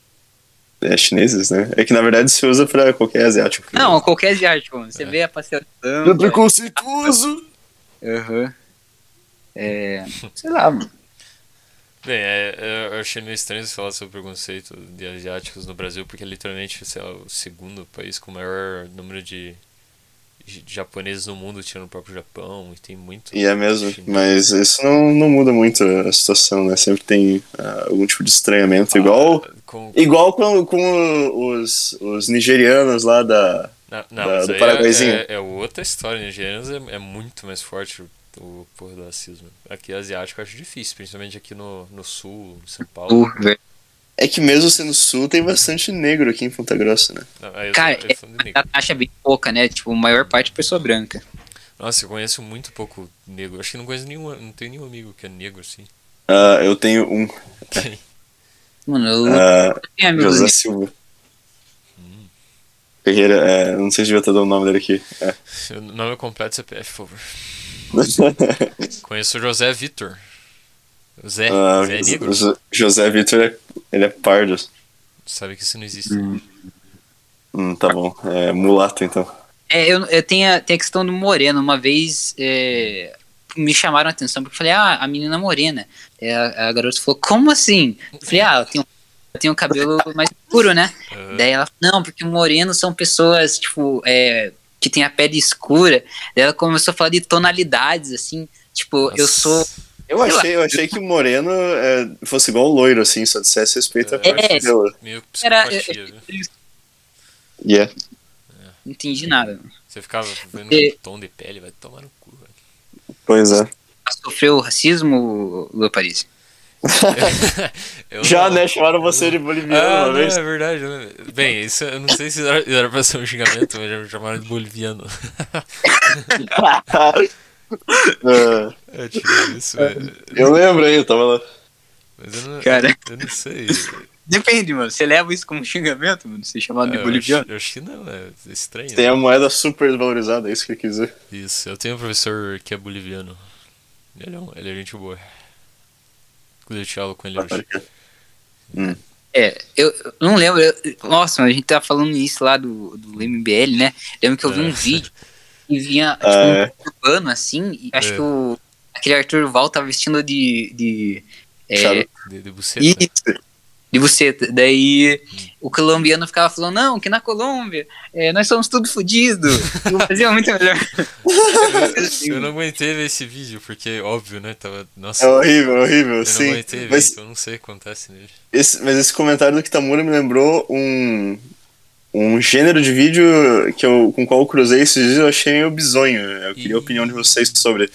é, chineses, né? É que na verdade se usa pra qualquer asiático.
Não, qualquer asiático, mano. Você vê a passeada.
É preconceituoso!
Aham. É. Sei lá, mano.
Bem, é, é, eu achei meio estranho você falar sobre preconceito de asiáticos no Brasil, porque é literalmente sei lá, o segundo país com o maior número de j- japoneses no mundo, tirando o próprio Japão, e tem muito.
E é mesmo,
chinês.
mas isso não, não muda muito a situação, né? Sempre tem ah, algum tipo de
Ah.
estranhamento, igual,
Com,
igual com, com os, os nigerianos lá da.
na- não,
da-
mas
do
aí é-
Paraguaizinho.
É, é outra história. Nigerianos é, é muito mais forte o, o porra do racismo. Aqui asiático eu acho difícil, principalmente aqui no, no sul, em São Paulo.
Uh, velho.
É que mesmo sendo sul, tem bastante negro aqui em Ponta Grossa, né?
Não, aí eu tô-
Cara,
eu tô falando de negro.
a taxa é bem pouca, né? Tipo, a maior parte é pessoa branca.
Nossa, eu conheço muito pouco negro. Acho que não conheço nenhum, não tenho nenhum amigo que é negro assim.
Ah, eu tenho um,
Mano, eu
ah,
É,
tenho amigos
José Silva. Ferreira, é, não sei se devia ter dado o nome dele aqui. É.
O nome completo CPF, por favor. Conheço o José Vitor. O Zé,
Ah,
Zé
Jo-
Negro.
Jo- José Vitor, é- ele é pardo.
Sabe que isso não existe.
Hum, tá bom, é mulato então.
É, eu, eu tenho, a, tem a questão do moreno. Uma vez é, me chamaram a atenção porque eu falei, ah, a menina morena. É, a, a garota falou, como assim? Eu falei, ah, eu tenho, eu tenho cabelo mais escuro, né?
Ah,
Daí ela, não, porque morenos são pessoas, tipo, é, que tem a pele escura. Daí ela começou a falar de tonalidades, assim. Tipo, eu
nossa.
sou.
Eu
Sei lá.
achei, eu achei que moreno é, fosse igual o loiro, assim, só dissesse respeito à
É.
parte dela.
Meio
Era,
psicopatia, né?
Yeah.
não entendi nada.
Você ficava vendo
Porque-
um tom de pele, vai tomar no cu, velho.
Pois é.
Sofreu racismo, Lua Paris?
Eu
Já,
não-
né, chamaram você de boliviano
Ah,
uma
não,
vez.
é verdade. né? Bem, isso eu não sei se era, era pra ser um xingamento, mas já me chamaram de boliviano.
É,
Eu tive isso, velho.
eu lembro aí, eu tava lá.
Mas eu não,
Cara.
eu não sei.
Depende, mano. Você leva isso como xingamento, mano? Ser chamado
Ah,
de
eu
boliviano?
acho- Eu acho que não, é estranho.
Tem a moeda super desvalorizada, é isso que eu quis dizer.
Isso, eu tenho um professor que é boliviano. Ele é, um, ele é gente boa. Inclusive, eu diálogo com ele hoje.
É, eu eu não lembro. eu- nossa, a gente tava falando isso lá do, do MBL, né? Lembro que eu vi
É.
um vídeo e vinha tipo,
Ah,
um urbano assim, e acho
É.
que o, aquele Arthur Val tava vestindo de. de é,
Charuto.
De, de buceta.
isso, de buceta. Daí o colombiano ficava falando, não, que na Colômbia é, nós somos tudo fodido. O Brasil é muito melhor.
Eu não aguentei ver esse vídeo, porque, óbvio, né? Tava. Nossa,
É horrível, horrível,
eu não
sim.
aguentei ver,
Mas
então eu não sei o que acontece nele.
esse, mas esse comentário do Kitamura me lembrou um, um gênero de vídeo que eu, com o qual eu cruzei esses dias e eu achei meio bizonho. Eu queria a opinião de vocês sobre.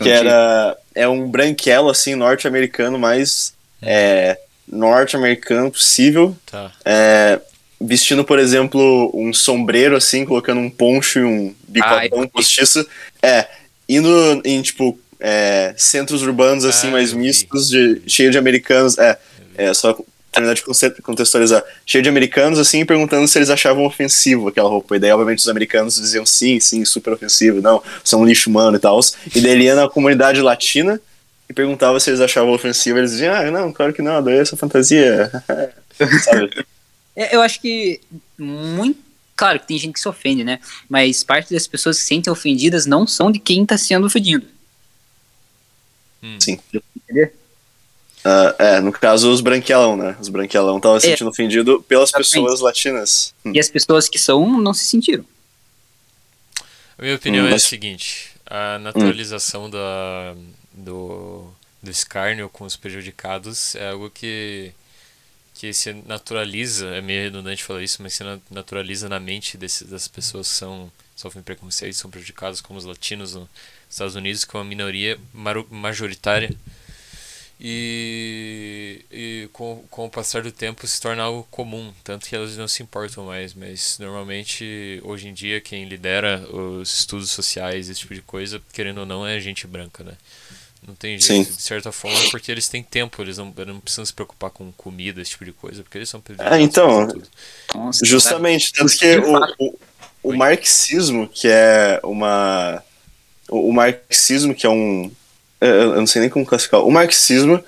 Que era. É um branquelo, assim, norte-americano, mais é, norte-americano possível.
Tá.
É, vestindo, por exemplo, um sombreiro, assim, colocando um poncho e um bicotão
Ai,
postiço. É, indo em, tipo, é, centros urbanos, assim,
Ah,
mais
eu vi.
mistos, de, cheio de americanos. É, é só terminar de conce- contextualizar. Cheio de americanos, assim, perguntando se eles achavam ofensivo aquela roupa. E daí, obviamente, os americanos diziam sim, sim, super ofensivo, não, são um lixo humano e tal. E daí ele ia na comunidade latina e perguntava se eles achavam ofensivo. Eles diziam, ah, não, claro que não, adorei essa fantasia. Sabe?
É, Eu acho que muito Claro que tem gente que se ofende, né? Mas parte das pessoas que se sentem ofendidas não são de quem tá sendo ofendido.
Hum.
Sim.
Entendeu?
Ah, é, no caso, os branquelão, né? Os branquelão estavam se
É.
sentindo ofendido pelas
Exatamente.
pessoas latinas. Hum.
E as pessoas que são não se sentiram.
A minha opinião
Hum,
é a
mas-
seguinte: a naturalização da, do, do escárnio com os prejudicados é algo que, que se naturaliza, é meio redundante falar isso, mas se na- naturaliza na mente desses, das pessoas que são, sofrem preconceito, são prejudicados, como os latinos nos Estados Unidos, que é uma minoria maru- majoritária. E, e com, com o passar do tempo se torna algo comum, tanto que elas não se importam mais, mas normalmente hoje em dia quem lidera os estudos sociais, esse tipo de coisa, querendo ou não, é gente branca, né? Não tem jeito,
Sim.
de certa forma, porque eles têm tempo, eles não, não precisam se preocupar com comida, esse tipo de coisa, porque eles são privilegiados.
então,
com tudo.
Nossa,
Justamente,
cara.
tanto que
De
o,
fato.
o, o
Oi.
marxismo, que é uma. O, o marxismo, que é um. Eu, eu não sei nem como classificar. O marxismo.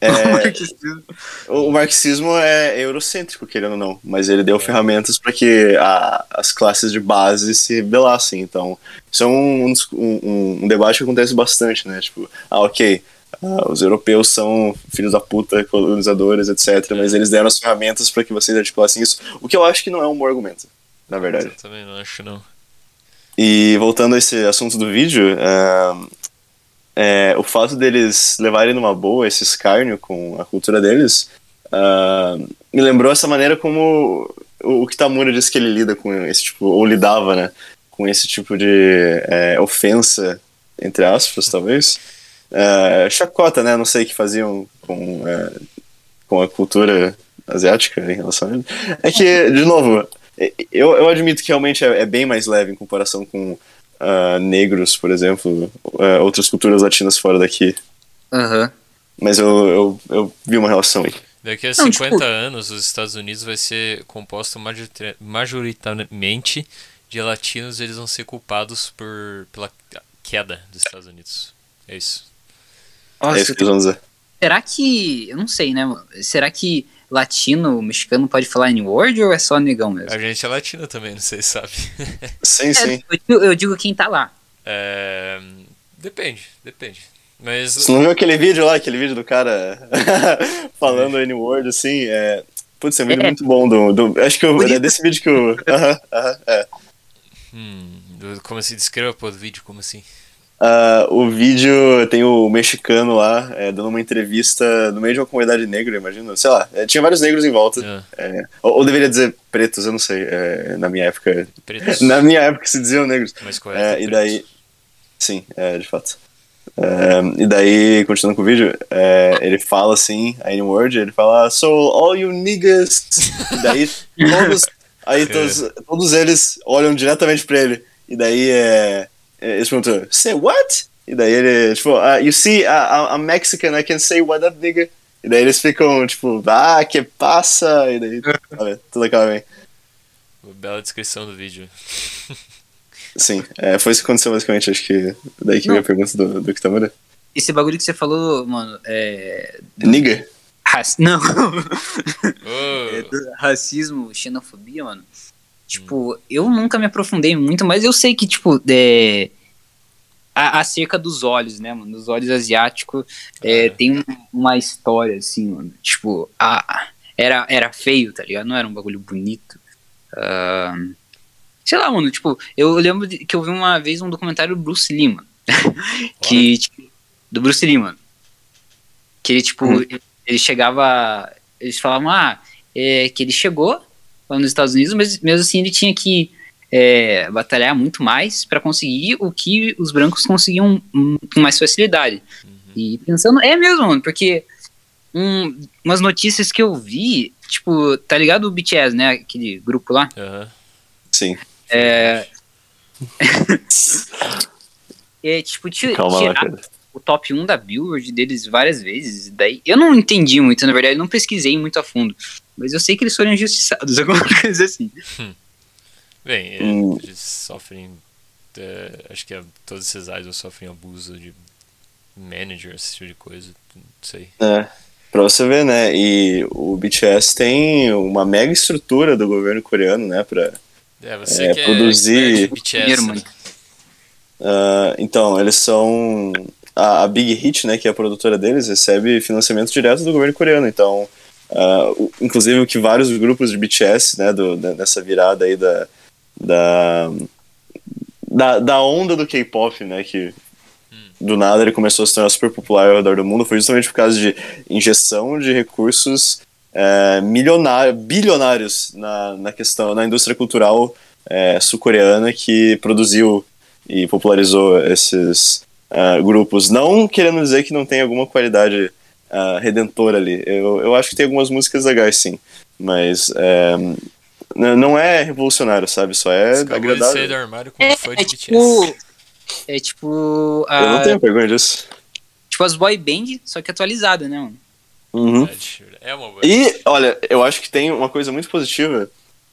tá-
É, o o marxismo é eurocêntrico, querendo ou não, mas ele deu ferramentas para que a- as classes de base se rebelassem. Então, isso é um, um dis- um- um- um debate que acontece bastante, né? Tipo, ah, ok, ah, os europeus são filhos da puta, colonizadores, etc., mas eles deram as ferramentas para que vocês articulassem isso, o que eu acho que não é um bom argumento, na é verdade.
Eu também não acho, não.
E voltando a esse assunto do vídeo, ah, é, o fato deles levarem numa boa esse escárnio com a cultura deles ah, me lembrou essa maneira como o, o Kitamura disse que ele lida com esse tipo, ou lidava, né, com esse tipo de é, ofensa, entre aspas, talvez. Ah, chacota, né, não sei o que faziam com, é, com a cultura asiática em relação a ele. É que, de novo, É, eu, eu admito que realmente é, é bem mais leve em comparação com ah, negros, por exemplo, ah, outras culturas latinas fora daqui.
Aham.
Mas eu, eu, eu vi uma relação aí.
Daqui a
Não,
50
tipo-
anos, os Estados Unidos vai ser composto majorita- majoritariamente de latinos, eles vão ser culpados por pela queda dos Estados Unidos. É isso.
é
Nossa,
isso que eles vão dizer.
será que. Eu não sei, né, mano? Será que latino, mexicano pode falar N-word ou é só negão mesmo?
A gente é latino também, não sei se sabe.
Sim, sim.
É, eu digo- eu digo quem tá lá.
É, depende, depende. Mas
Você não viu aquele vídeo lá, aquele vídeo do cara falando N-word, assim? É... Putz, é um vídeo
É.
muito bom. Do, do- Acho que eu,
Por
é desse vídeo que eu. Aham, aham, é.
hum, como assim? Descreva pô, o vídeo, como assim?
Ah, o vídeo tem o mexicano lá é, dando uma entrevista no meio de uma comunidade negra, imagina. Sei lá, é, tinha vários negros em volta.
Ah,
É, ou, ou deveria dizer pretos, eu não sei. é, na minha época.
pretos.
Na minha época se diziam negros.
Mas correto.
É, e
pretos.
daí. Sim, é, de fato. É, e daí, continuando com o vídeo, é, ele fala assim, a N-word, ele fala, so all you niggas. E daí todos, aí todos, todos eles olham diretamente pra ele. E daí é, é, eles perguntam, say what? E daí ele, tipo, "Ah, you see, I, I'm- I'm Mexican, I can say what up, nigga. E daí eles ficam, tipo, ah, que passa. E daí, olha, tudo acaba bem.
Bela descrição do vídeo.
Sim, é, foi isso que aconteceu basicamente, acho que daí que tá veio a pergunta do, do Kitamura.
Esse bagulho que você falou, mano, é.
Nigga?
raci- Não! É,
Oh,
do racismo, xenofobia, mano. Tipo, eu nunca me aprofundei muito, mas eu sei que, tipo, é, a, acerca dos olhos, né, mano? Dos olhos asiáticos é,
É.
tem um- uma história, assim, mano. Tipo, a, era, era feio, tá ligado? Não era um bagulho bonito. Ahn, sei lá, mano, tipo, eu lembro de- que eu vi uma vez um documentário do Bruce Lee, mano. que, tipo, do Bruce Lee, mano. Que ele, tipo, ele chegava. Eles falavam, ah, é, que ele chegou lá nos Estados Unidos, mas mesmo assim ele tinha que é, batalhar muito mais para conseguir o que os brancos conseguiam hum, com mais facilidade.
Uhum.
E pensando, é mesmo, mano, porque hum, umas notícias que eu vi, tipo, tá ligado o BTS, né? Aquele grupo lá.
aham.
Sim.
É, é, tipo, ti-
Calma lá,
tirar-
cara.
o top 1 da Billboard deles várias vezes. e Daí eu não entendi muito, na verdade, eu não pesquisei muito a fundo. Mas eu sei que eles foram injustiçados, alguma coisa assim.
Bem, é,
Hum.
eles sofrem. é, acho que é, todos esses idols sofrem abuso de manager, esse tipo de coisa. Não sei.
É, pra você ver, né? E o BTS tem uma mega estrutura do governo coreano, né? Pra
É, você é, que
produzir-
é
Primeiro, mano.
Ah, então, eles são. A, a Big Hit, né, que é a produtora deles, recebe financiamento direto do governo coreano. Então, ah, o- inclusive o que vários grupos de BTS, né, do, da- dessa virada aí da. da, da, da onda do K-pop, né, que
Hum.
do nada ele começou a se tornar super popular ao redor do mundo, foi justamente por causa de injeção de recursos eh, milionário- bilionários na, na questão, na indústria cultural eh, sul-coreana que produziu e popularizou esses ah, grupos. Não querendo dizer que não tem alguma qualidade ah, redentora ali. Eu, eu acho que tem algumas músicas legais, sim. Mas eh, n- não é revolucionário, sabe? Só é
Acabou de sair do
agradável.
armário como
É,
fã
é
de BTS.
tipo. É tipo.
Eu não
A,
tenho vergonha disso.
tipo as boy band, só que atualizada, né, mano?
Uhum.
É uma boa.
E, olha, eu acho que tem uma coisa muito positiva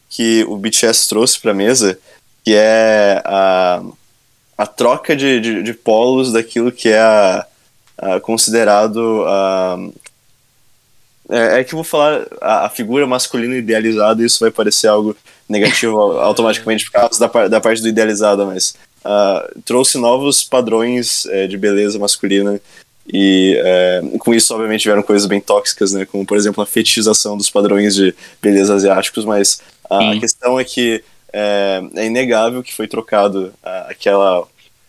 que o BTS trouxe pra mesa, que é a, a troca de, de, de polos daquilo que é a, a considerado a, é, é que eu vou falar a, a figura masculina idealizada, e isso vai parecer algo negativo au- automaticamente por causa da, par- da parte do idealizada, mas ah, trouxe novos padrões eh, de beleza masculina e eh, com isso obviamente tiveram coisas bem tóxicas, né? Como por exemplo a fetichização dos padrões de beleza asiáticos, mas a
Sim.
questão é que eh, é, inegável que foi trocado ah, aquela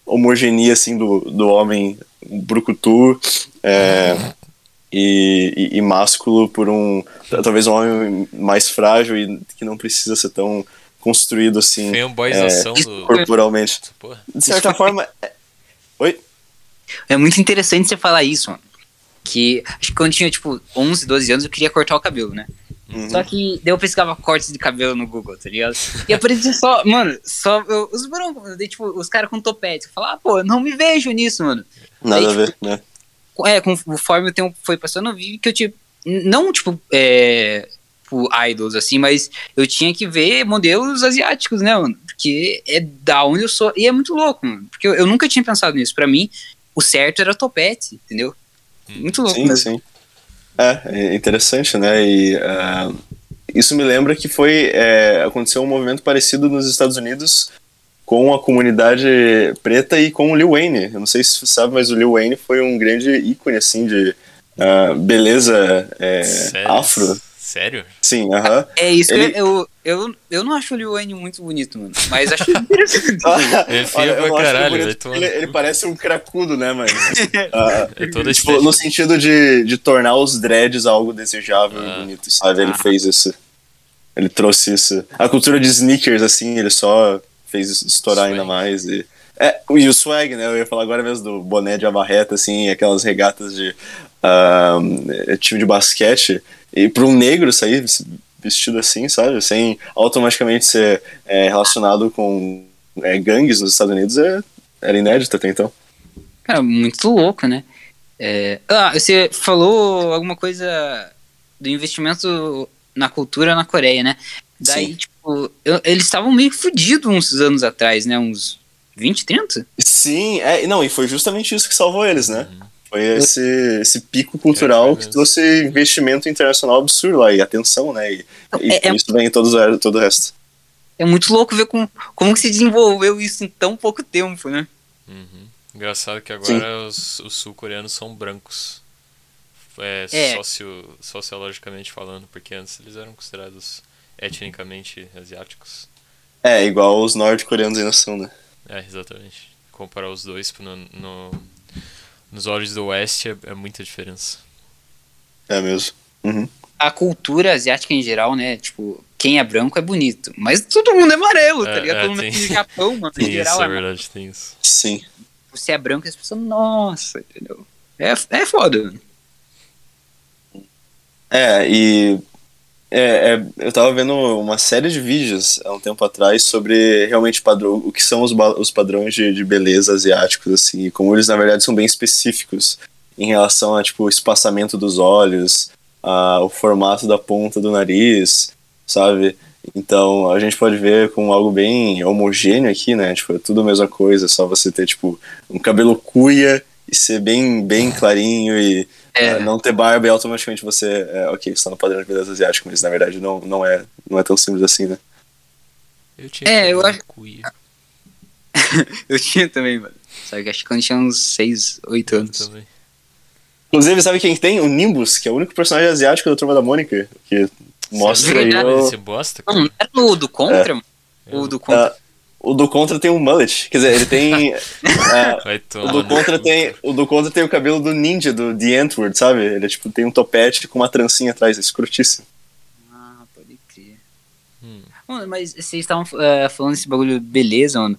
homogeneia assim do, do homem brucutu eh, e, e, e másculo por um talvez um homem mais frágil e que não precisa ser tão construído assim
Fanboyzação
É.
do.
corporalmente.
Porra.
De certa forma, é-
É muito interessante você falar isso, mano. Que acho que quando tinha, tipo, 11, 12 anos, eu queria cortar o cabelo, né?
Uhum.
Só que daí eu pescava cortes de cabelo no Google, tá ligado? E aparecia só, mano, só eu- os brancos, daí, tipo, os caras com topete. Eu falava, ah, pô, eu não me vejo nisso, mano.
nada a
Aí,
ver, né?
É, conforme o tempo foi passando, eu vi que eu tinha. Não, tipo, é, tipo, idols, assim, mas eu tinha que ver modelos asiáticos, né, mano? Porque é da onde eu sou. E é muito louco, mano. Porque eu, eu nunca tinha pensado nisso. Pra mim, o certo era topete, entendeu? Muito louco, né?
Sim,
mesmo.
sim. É, é interessante, né? E ah, isso me lembra que foi é, aconteceu um movimento parecido nos Estados Unidos com a comunidade preta e com o Lil Wayne. Eu não sei se você sabe, mas o Lil Wayne foi um grande ícone assim de ah, beleza é,
Sério?
afro.
Sério?
Sim, aham.
É isso
Ele-
que eu, eu, eu, eu não acho o Liu Wayne muito bonito, mano. Mas acho interessante.
Ele é feio
Olha, eu
pra
não acho ele
caralho,
bonito,
vai tomar
ele,
no
ele
cu.
parece um cracudo, né, mano? Ah,
É toda
Tipo,
estética.
no sentido de, de tornar os dreads algo desejável
Ah.
e bonito, sabe? Ele
Ah.
fez isso. Ele trouxe isso. A cultura de sneakers, assim, ele só fez isso estourar
Swag.
ainda mais. E, é, e o swag, né? Eu ia falar agora mesmo do boné de abarreta, assim, aquelas regatas de ah, é, time de basquete. E para um negro sair vestido assim, sabe? Sem automaticamente ser é, relacionado com é, gangues nos Estados Unidos, é, era inédito até então.
Cara, É, muito louco, né? É, Ah, você falou alguma coisa do investimento na cultura na Coreia, né? Daí,
Sim.
tipo, eu- eles estavam meio fodidos uns anos atrás, né? Uns 20, 30?
Sim, é, não, e foi justamente isso que salvou eles, né? Foi esse, esse pico cultural
Uhum. É, foi
que
mesmo.
trouxe investimento internacional absurdo lá, e atenção, né? E, e
É-
com
é-
isso vem todo, o- todo o resto.
É muito louco ver com, como que se desenvolveu isso em tão pouco tempo, né?
Uhum. Engraçado que agora os, os sul-coreanos são brancos. É,
É.
Socio, sociologicamente falando, porque antes eles eram considerados etnicamente asiáticos.
É, igual os norte-coreanos ainda são, né?
É, exatamente. Comparar os dois tipo, no, no- nos olhos do oeste é, é muita diferença.
É mesmo. Uhum.
A cultura asiática em geral, né? Tipo, quem é branco é bonito, mas todo mundo é amarelo, tá
É,
ligado?
é,
Todo mundo
tem-
aqui no Japão, mano, em
Tem isso,
geral.
é
é-
verdade, tem isso.
Sim.
Você é branco e as pessoas, nossa, entendeu? É, é foda, mano.
É, e. é, é, eu tava vendo uma série de vídeos há um tempo atrás sobre realmente padrão, o que são os, ba- os padrões de, de beleza asiáticos, assim, e como eles na verdade são bem específicos em relação a, tipo, o espaçamento dos olhos, a, o formato da ponta do nariz, sabe? Então a gente pode ver com algo bem homogêneo aqui, né? Tipo, é tudo a mesma coisa, só você ter, tipo, um cabelo cuia e ser bem, bem clarinho e
É.
ah, não ter barba e automaticamente você. É, ok, você tá no padrão de beleza asiático, mas na verdade não, não, é, não é tão simples assim, né?
Eu tinha
É, eu
chamado
acho-
cuia.
eu tinha também, mano. Só que acho que quando tinha uns 6, 8 anos.
Também.
Inclusive, sabe quem que tem? O Nimbus, que é o único personagem asiático da Turma da Mônica. Que mostra aí
Você
verdade,
o...
Esse bosta,
Não, não
cara.
era no do Contra, mano?
É.
O do Contra.
Ah, o do Contra tem um mullet. Quer dizer, ele tem... ah,
Vai
o
tomar
do
no
Contra
cu,
tem...
cara.
O do Contra tem o cabelo do ninja, do The Antwoord, sabe? Ele, tipo, tem um topete com uma trancinha atrás, é escrotíssimo.
Ah, pode crer.
Hum.
Mano, mas vocês estavam ah, falando esse bagulho beleza, mano.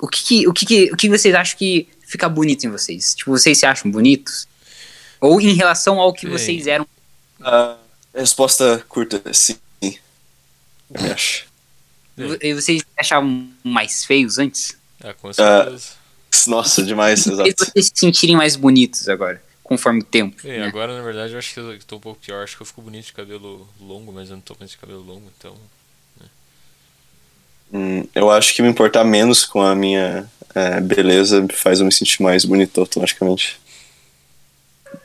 O que que- o que, que- o que vocês acham que fica bonito em vocês? Tipo, vocês se acham bonitos? Ou em relação ao que
Sim.
vocês eram?
Ah, resposta curta, sim. Eu acho.
Sim.
E vocês se achavam mais feios antes?
Ah, com certeza.
Nossa, demais,
E
exato.
vocês se sentirem mais bonitos agora, conforme o tempo?
Bem,
né?
agora, na verdade, eu acho que eu tô um pouco pior. Acho que eu fico bonito de cabelo longo, mas eu não tô mais de cabelo longo, então.
Hum, eu acho que me importar menos com a minha eh, beleza faz eu me sentir mais bonito automaticamente.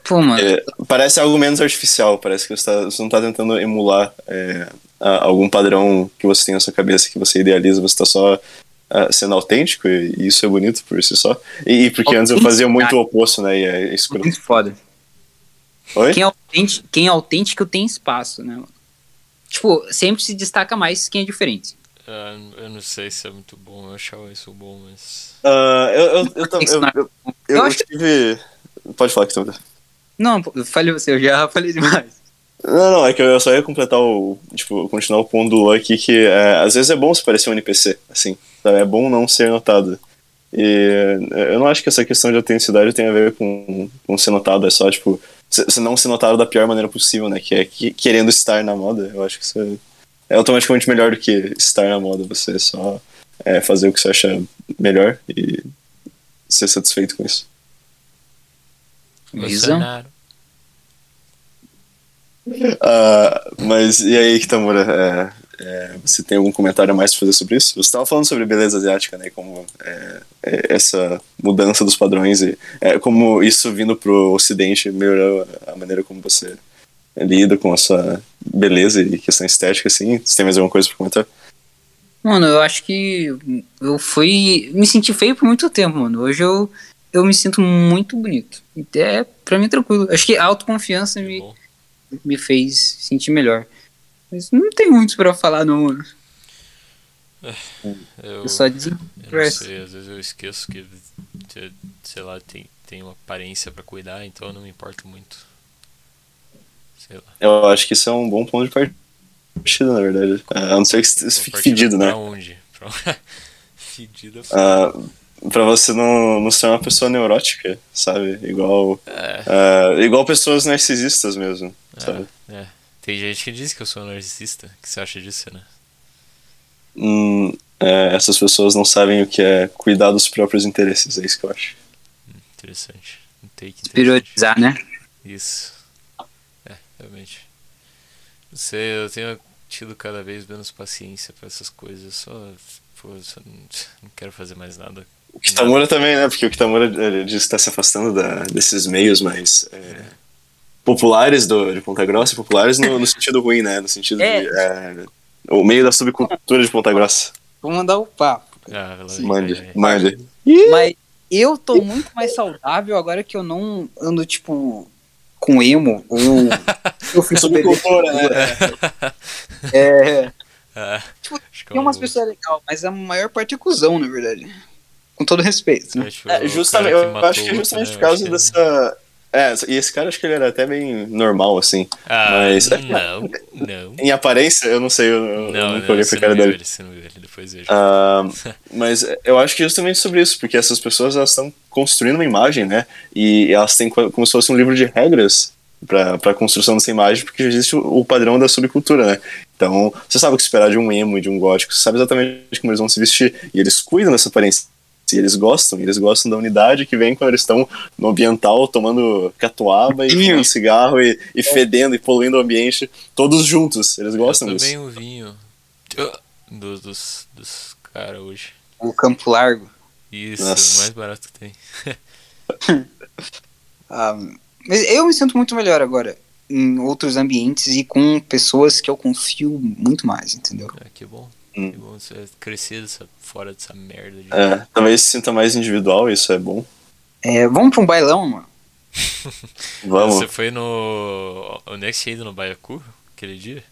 Pô, mano.
É, parece algo menos artificial, parece que você, tá- você não está tentando emular eh, a- algum padrão que você tem na sua cabeça, que você idealiza, você está só ah, sendo autêntico e, e isso é bonito por si só. E, e porque antes eu fazia muito o oposto, né? E é escuro.
Muito foda.
Oi?
Quem é, autêntico, quem é autêntico tem espaço, né? mano? Tipo, sempre se destaca mais quem é diferente.
Ah, eu não sei se é muito bom. Eu achava isso bom, mas.
Ah, eu, eu, eu, tam- eu, eu, eu
né? Eu acho
tive. Pode falar que também.
Não, pô, eu falei você, eu já falei demais.
Não, não, é que eu só ia completar o. Tipo, continuar o ponto do Luan aqui, que é, às vezes é bom se parecer um NPC, assim. sabe? É bom não ser notado. E é, eu não acho que essa questão de autenticidade tem a ver com, com ser notado, é só, tipo, se se não ser notado da pior maneira possível, né? Que é que- querendo estar na moda. Eu acho que isso é, é automaticamente melhor do que estar na moda. Você só é, fazer o que você acha melhor e ser satisfeito com isso.
Visão.
Bolsonaro.
Ah, mas e aí, Kitamura? É, é, você tem algum comentário a mais pra fazer sobre isso? Você estava falando sobre beleza asiática, né? e Como é, é, essa mudança dos padrões e é, como isso vindo pro ocidente melhorou a maneira como você lida com a sua beleza e questão estética, assim. Você tem mais alguma coisa pra comentar?
Mano, eu acho que eu fui. Me senti feio por muito tempo, mano. Hoje eu, eu me sinto muito bonito. É, pra mim, tranquilo. Acho que a autoconfiança
Que
me,
é bom.
me fez sentir melhor. Mas não tem muito pra falar, não, mano.
Eu,
Eu só digo.
eu não
É.
Press.
sei, às vezes eu esqueço que, te- sei lá, tem, tem uma aparência pra cuidar, então eu não me importo muito. Sei lá.
Eu acho que isso é um bom ponto de partida, na verdade. Ah, A não ser que você
Vou
fique
partir
fedido, né?
Pra onde? Pra... fedido é foda.
Ah, pra você não, não ser uma pessoa neurótica, sabe? Igual.
É,
Ah, igual pessoas narcisistas mesmo. sabe?
é. Tem gente que diz que eu sou um narcisista. O que você acha disso, né?
Hum, é, essas pessoas não sabem o que é cuidar dos próprios interesses, é isso que eu acho.
Interessante. Um take interessante.
Priorizar, né?
Isso. É, realmente. Não sei, eu tenho tido cada vez menos paciência pra essas coisas. Eu só, pô, eu só não, não quero fazer mais nada.
O Kitamura também, né? Porque o Kitamura ele diz que está se afastando da- desses meios mais é, populares do, de Ponta Grossa, e populares no, no sentido ruim, né? No sentido
É.
de. é, o meio da subcultura de Ponta Grossa.
Vou mandar o papo.
Ah, ela
Mande, mande.
Mas eu tô muito mais saudável agora que eu não ando, tipo, com emo ou. eu
Tá
fui
Subcultura, né?
É.
Ah,
Tipo,
acho que
Tem
é
umas
um-
pessoas legais, mas a maior parte é cuzão, na verdade. Com todo respeito. né?
é, tipo, o
É,
cara
justamente,
que
eu
matou
acho que é
outro,
justamente
né?
por
Eu
causa
acho que é-
dessa. É, e esse cara acho que ele era até bem normal, assim.
Ah,
mas-
não, não.
Em aparência, eu não sei, eu, eu
Não,
nunca olhei
não,
pra
você
cara
não
dele.
viu ele, você não viu ele, depois veja.
Ah, mas eu acho que é justamente sobre isso, porque essas pessoas elas estão construindo uma imagem, né? E elas têm co- como se fosse um livro de regras para a construção dessa imagem, porque já existe o, o padrão da subcultura, né? Então, você sabe o que esperar de um emo e de um gótico, você sabe exatamente como eles vão se vestir, e eles cuidam dessa aparência. E eles gostam, e eles gostam da unidade que vem quando eles estão no ambiental tomando catuaba e
Sim.
fumando cigarro e, e fedendo e poluindo o ambiente, todos juntos. Eles gostam
eu
disso.
tomei um vinho ah, do- dos, dos caras hoje.
O Campo Largo.
Isso,
Nossa.
o mais barato que tem.
Ah, mas eu me sinto muito melhor agora em outros ambientes e com pessoas que eu confio muito mais, entendeu?
Ah, que bom. Hum. É bom ser crescido essa- fora dessa merda. de-
É, talvez se sinta mais individual, isso é bom.
É, vamos pra um bailão, mano.
Vamos.
Você foi no. Onde é que você ia ido no Baiacu aquele dia?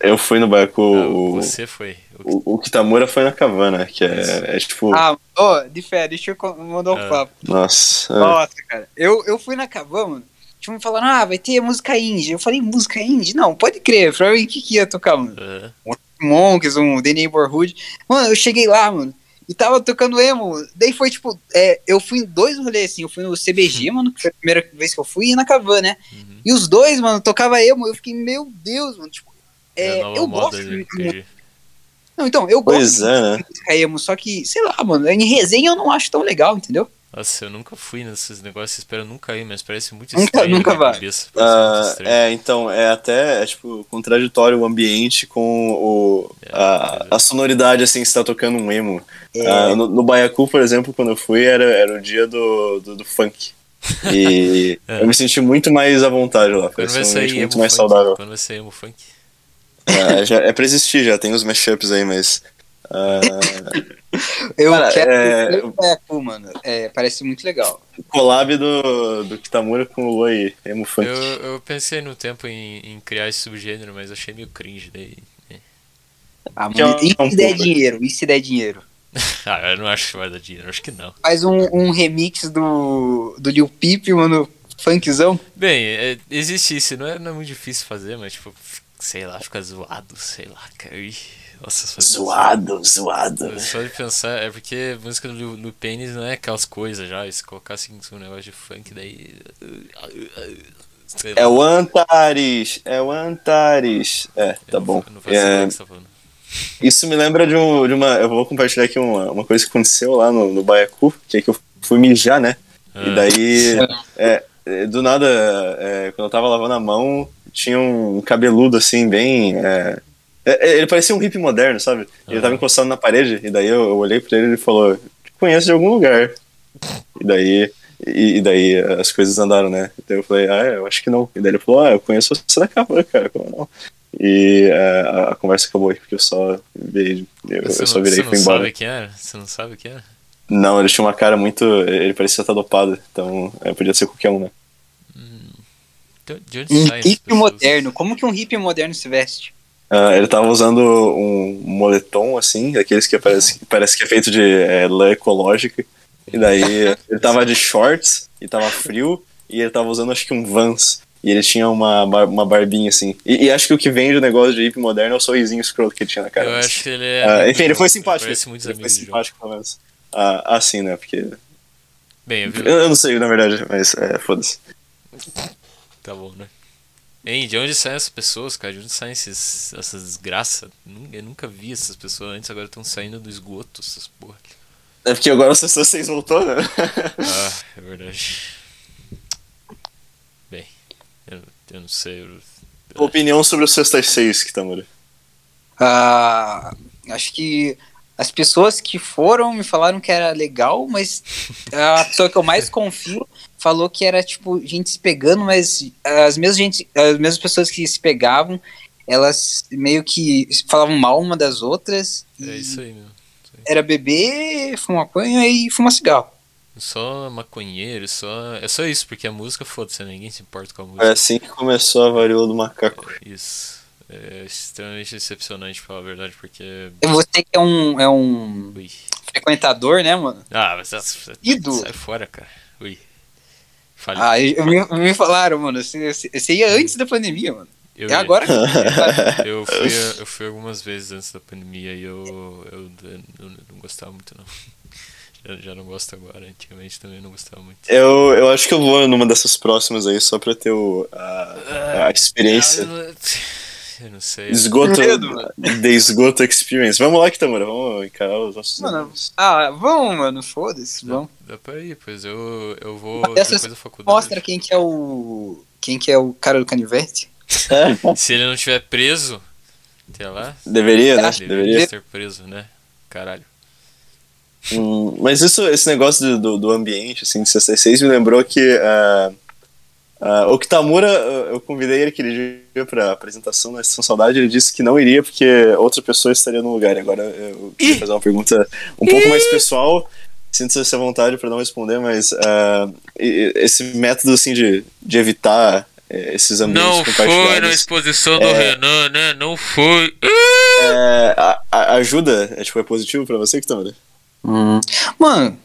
Eu fui no barco.
Não,
O,
Ah, você foi. O que-
o, o Kitamura foi na cavana, que é, é tipo.
Ah, ô, de fé, deixa eu con- mandar um
Ah.
papo.
Nossa. é.
Nossa, cara. Eu, eu fui na Cavan, mano. Tipo, me falaram, ah, vai ter música indie. Eu falei, música indie? Não, pode crer. Pra mim, o que, que ia tocar, mano?
Aham.
Monkeys, um The Neighborhood. Mano, eu cheguei lá, mano. E tava tocando emo. Daí foi tipo, é, eu fui em dois rolês assim. Eu fui no CBG, mano, que foi a primeira vez que eu fui, e na Cavan, né?
Uhum.
E os dois, mano, tocava emo. Eu fiquei, meu Deus, mano. Tipo,
É
é,
a nova
eu
moda né,
gosto.
de
muito.
RPG.
Não, então, eu gosto
Pois é, né?
de música emo, só que, sei lá, mano, em resenha eu não acho tão legal, entendeu?
Nossa, eu nunca fui nesses negócios, espero nunca ir, mas parece muito
Nunca-
estranho. na
nunca
minha
vai.
cabeça, parece muito
Ah,
estranho.
é, então, é até, é, tipo, contraditório o ambiente com o,
É,
a, a sonoridade, assim, que você tá tocando um emo.
É,
Ah, no, no Baiacu, por exemplo, quando eu fui, era, era o dia do, do, do funk. E
É.
eu me senti muito mais à vontade lá. Foi
Quando vai
extremamente
sair
assim, muito
emo
mais
funk?
saudável.
Quando vai sair emo funk?
Ah, já- é pra existir, já tem os mashups aí, mas. ah,
Eu
Cara,
quero
é-
eu quero, mano. É, parece muito legal.
collab do, do Kitamura com o Loi, emo funk.
Eu, eu pensei no tempo em, em criar esse subgênero, mas achei meio cringe daí.
Ah,
Que é
mano,
um-
e
é um
se der
pouco.
dinheiro? E se der dinheiro?
Ah, eu não acho que vai dar dinheiro, acho que não.
Faz um, um remix do, do Lil Peep, mano, funkzão.
Bem, é, existe isso, não é, não é muito difícil fazer, mas tipo, f- sei lá, fica zoado, sei lá, cara. Ih, Nossa, só de
Zoado, né? zoado.
pensar- Só de pensar, é porque música do, do pênis não é aquelas coisas já, e se colocar assim um negócio de funk daí. sei lá,
É o Antares, é o Antares. É,
eu
tá
não-
bom.
eu Não faço ideia
É,
do que você tá falando.
Isso me lembra de, um- de uma. Eu vou compartilhar aqui uma, uma coisa que aconteceu lá no, no Baiacu, que é que eu fui mijar, né?
Ah.
E daí, é, é, do nada, é, quando eu tava lavando a mão, tinha um cabeludo assim, bem. é, é, é, ele parecia um hippie moderno, sabe? Ele tava encostado na parede, e daí eu, eu olhei pra ele e ele falou: "Te Conheço de algum lugar. E daí. E, e daí as coisas andaram, né? E daí eu falei, ah, eu acho que não. E daí ele falou, ah, eu conheço você da capa, cara, como não? E é, a, a conversa acabou aí, porque eu só virei, eu,
Você
eu só
não-
virei e
Você
fui
não
embora.
sabe quem era? Você não sabe quem era?
Não, ele tinha uma cara muito. Ele parecia estar dopado, então é, podia ser qualquer um, né?
De- De onde
Um
saem essas
hippie
pessoas?
moderno. Como que um hippie moderno se veste?
Ah, ele tava usando um moletom, assim, daqueles que parece, parece que é feito de é, lã ecológica. E daí ele tava de shorts e tava frio, e ele tava usando acho que um Vans. E ele tinha uma, bar- uma barbinha, assim. E, e acho que o que vende o negócio de hippie moderno é o sorrisinho escroto que ele tinha na cara.
Eu
Mas,
acho que ele é.
ah,
amigo
enfim,
do
ele
João.
foi simpático.
Parece muitos
Ele foi
amigos do João.
simpático, pelo menos. Ah, assim, né? Porque.
Bem, eu vi.
Eu eu não sei, na verdade, mas é, foda-se.
Tá bom, né? Hein, de onde saem essas pessoas, cara? De onde saem esses, essas desgraças? Nu- Eu nunca vi essas pessoas antes, agora estão saindo do esgoto, essas porra.
É porque agora o Sessão 6 voltou, né?
Ah, é verdade. Bem, eu, eu não sei. eu-
Opinião sobre o Sexta tá, às 6, Kitamura.
Ah, acho que as pessoas que foram me falaram que era legal, mas a pessoa que eu mais confio falou que era tipo gente se pegando, mas as mesmas, gente, as mesmas pessoas que se pegavam, elas meio que falavam mal uma das outras. e
É isso aí, meu.
Era beber, fumar maconha e fumar cigarro.
Só maconheiro, só. É só isso, porque a música, foda-se, né? ninguém se importa com a música.
Foi assim que começou a varíola do macaco.
Isso. É extremamente decepcionante, pra falar a verdade, porque.
Você que é um, é um
Ui.
frequentador, né, mano?
Ah, mas essa-
Ídolo.
sai fora, cara. Ui. Falei.
Ah, eu, eu me, me falaram, mano, assim, você, você ia antes da pandemia, mano.
eu
É
ia.
agora que
Eu fui, eu fui algumas vezes antes da pandemia e eu, eu, eu não gostava muito, não. Já, já não gosto agora, antigamente também não gostava muito.
Eu, eu acho que eu vou numa dessas próximas aí, só pra ter o, a, a experiência.
Ah, eu não- Eu não sei.
Esgoto.
Medo, mano.
The Esgoto Experience. Vamos lá, Kitamura, vamos encarar os nossos.
Mano,
amigos.
Ah, vamos, mano, foda-se, vamos.
Dá pra ir, pois eu, eu vou
Uma dessas
depois da faculdade.
Mostra quem que é o. Quem que é o cara do canivete?
Se ele não estiver preso, até lá,
É? Deveria, né?
Acho-
Deveria.
deveria estar preso, né? Caralho.
Hum, mas isso, esse negócio do, do, do ambiente, assim, de 66 me lembrou que ah, Ah, o Kitamura, eu- eu convidei ele aquele dia pra apresentação na Estação Saudade, ele disse que não iria porque outra pessoa estaria no lugar. E Agora eu queria fazer uma pergunta um pouco mais pessoal, sinto se à vontade para não responder, mas ah, e- e- esse método assim de, de evitar eh, esses ambientes
Não foi na
compartilhados
exposição do
É.
Renan, né? Não foi.
eh, a- a- ajuda? É, tipo, é positivo pra você, Kitamura?
Hum. Mano,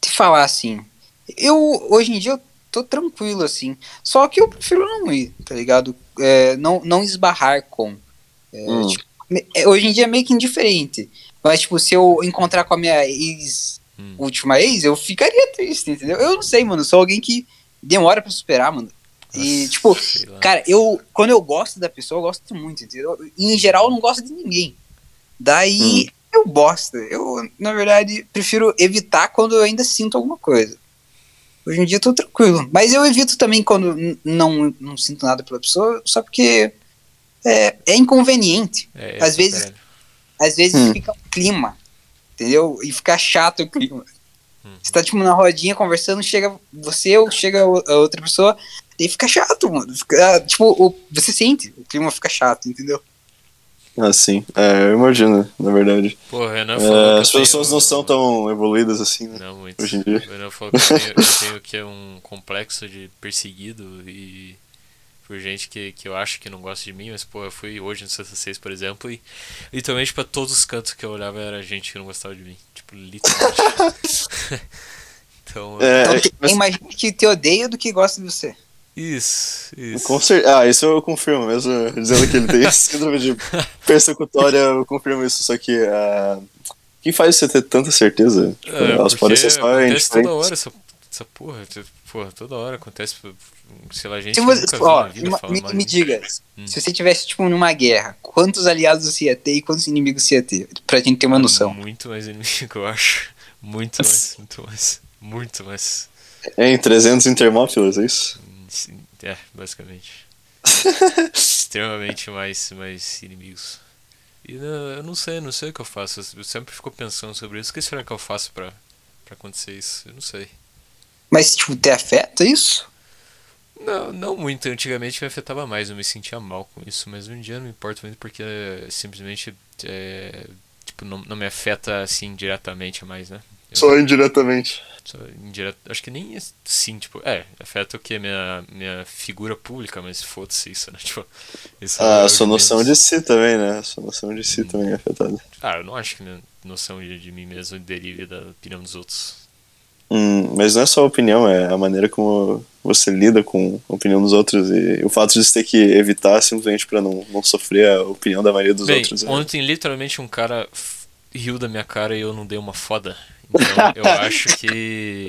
te falar assim, eu hoje em dia eu tô tranquilo assim, só que eu prefiro não ir, tá ligado? É, não, não esbarrar com. É,
Hum.
tipo, me- é, hoje em dia é meio que indiferente, mas tipo, se eu encontrar com a minha ex,
Hum.
última ex, eu ficaria triste, entendeu? Eu não sei, mano, eu sou alguém que demora pra superar, mano. E
Nossa,
tipo,
sei lá.
Cara, eu, quando eu gosto da pessoa, eu gosto muito, entendeu? E, em geral, eu não gosto de ninguém. Daí,
Hum.
eu bosta. Eu, na verdade, prefiro evitar quando eu ainda sinto alguma coisa. Hoje em dia eu tô tranquilo. Mas eu evito também quando n- não, não sinto nada pela pessoa, só porque é, é inconveniente.
É,
às
essa,
vezes-
caralho.
Às vezes
Hum.
fica um clima, entendeu? E fica chato o clima. Você tá, tipo, na rodinha conversando, chega você ou chega o- a outra pessoa, e fica chato, mano. Fica, ah, tipo, o- você sente, o clima fica chato, entendeu?
Ah, sim. É, eu imagino, na verdade.
Pô, o Renan
Eh,
falou. que
as
É eu
pessoas
tenho- um-
não são tão evoluídas assim, né?
Não, muito.
hoje em dia.
O Renan falou que eu tenho, eu tenho que é um complexo de perseguido e. Por gente que, que eu acho que não gosta de mim, mas pô, eu fui hoje no 66, por exemplo, e literalmente pra todos os cantos que eu olhava era gente que não gostava de mim. Tipo, literalmente. então.
É,
Então,
é,
tem-
mas-
imagina que te odeia do que gosta de você.
Isso, isso.
Com cer- Ah, isso eu confirmo mesmo, dizendo que ele tem síndrome de persecutória, eu confirmo isso, só que ah, quem faz você ter tanta certeza? Tipo,
É,
elas podem ser só
acontece toda
indiferentes.
hora essa, essa porra, essa- porra, toda hora acontece, sei lá, gente
Se
que
você,
nunca viu
ó,
na vida um
ima-
falando
me,
mal
me
de mim.
diga,
Hum.
se você tivesse, tipo, numa guerra, quantos aliados você ia ter e quantos inimigos você ia ter? Pra gente ter uma
Hum.
noção.
Muito mais inimigo, eu acho. Muito mais, muito mais, muito mais.
Em 300 intermófilos, é isso?
É, basicamente. Extremamente mais, mais inimigos. E não- eu não sei, não sei o que eu faço. Eu sempre fico pensando sobre isso. O que será que eu faço pra, pra acontecer isso? Eu não sei.
Mas, tipo, te afeta isso?
Não, não muito. Antigamente me afetava mais, eu me sentia mal com isso, mas hoje em dia não me importo muito porque eh, simplesmente eh, tipo, não, não me afeta assim diretamente mais, né? Eu-
Só indiretamente.
só indire- Acho que nem assim, tipo, é, afeta o que? Minha, minha figura pública, mas foda-se isso, né? Tipo, isso é
Ah,
o
a sua
de
noção de
menos.
si também, né? A sua noção de
Hum.
si também é afetada.
Ah, eu não acho que minha noção de, de mim mesmo derive da opinião dos outros.
Hum, mas não é só a opinião, é a maneira como você lida com a opinião dos outros e o fato de você ter que evitar simplesmente pra não, não sofrer a opinião da maioria dos
Bem,
outros. né?
ontem literalmente um cara f- riu da minha cara e eu não dei uma foda. Então eu acho que.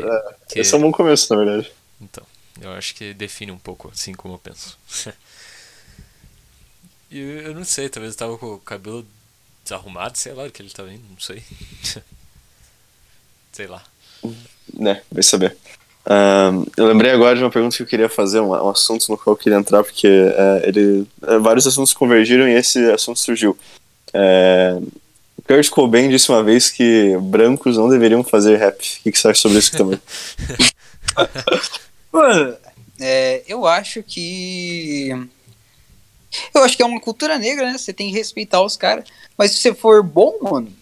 que-
Esse é um bom começo, na verdade.
Então, eu acho que define um pouco assim como eu penso. e eu, eu não sei, talvez eu tava com o cabelo desarrumado, sei lá o que ele tá vendo, não sei. sei lá.
né, vai saber. Ahn, eu lembrei agora de uma pergunta que eu queria fazer, um, um assunto no qual eu queria entrar, porque eh, ele, eh, vários assuntos convergiram e esse assunto surgiu. Eh, Kurt Cobain disse uma vez que brancos não deveriam fazer rap. O que, que você acha sobre isso também?
Mano, é, eu acho que. Eu acho que é uma cultura negra, né? Você tem que respeitar os caras. Mas se você for bom, mano,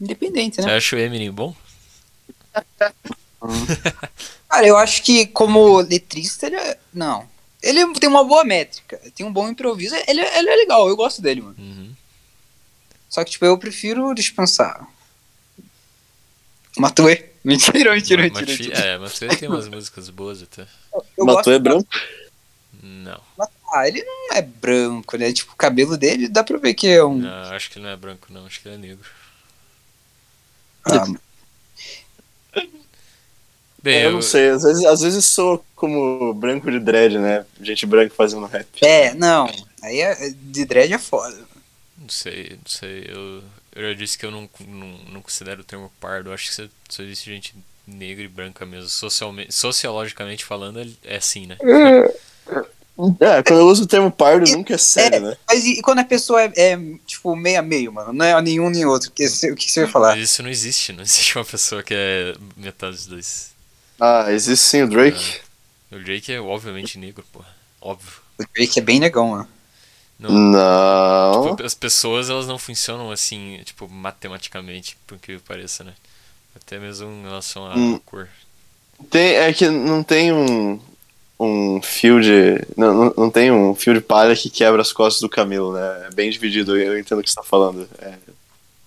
independente,
Você
né?
acha o Eminem bom?
Cara, eu acho que como letrista, ele é... Não. Ele tem uma boa métrica, tem um bom improviso. Ele, ele é legal, eu gosto dele, mano.
Uhum.
Só que, tipo, eu prefiro dispensar. Matuê. Mentira, mentira,
Ma-
mentira.
Mati-
mentira.
É, mas ele tem umas músicas boas até.
Eu
Matu é
gosto-
branco?
Não,
Ah, ele não é branco, né? Tipo, o cabelo dele dá pra ver que é
Hum.
um.
não, acho que ele não é branco, não, acho que ele é negro.
Ah,
Bem,
É, eu não sei, às vezes, às vezes sou como branco de dread, né? Gente branca fazendo rap.
É, não. Aí é- de dread é foda.
Não sei, não sei. Eu, eu já disse que eu não, não, não considero o termo pardo. Eu acho que se- só existe gente negra e branca mesmo. Socialmente, sociologicamente falando, é- é assim, né?
É, quando eu uso o termo pardo, nunca é sério,
É,
né?
Mas e, e quando a pessoa é, é, tipo meio a meio, mano? Não é nenhum nem outro. que cê- o que você vai falar?
Mas isso não existe, não existe uma pessoa que é metade dos dois.
Ah, existe sim o Drake.
O Drake é obviamente negro, porra. Óbvio.
O Drake é bem negão, ó.
Não,
Não.
tipo, as pessoas elas não funcionam assim, tipo, matematicamente, por incrível que pareça, né? Até mesmo em relação à
Hum.
cor.
Tem, é que não tem um, um fio de. Não, não, não tem um fio de palha que quebra as costas do Camilo, né? É bem dividido, eu entendo o que você tá falando. É,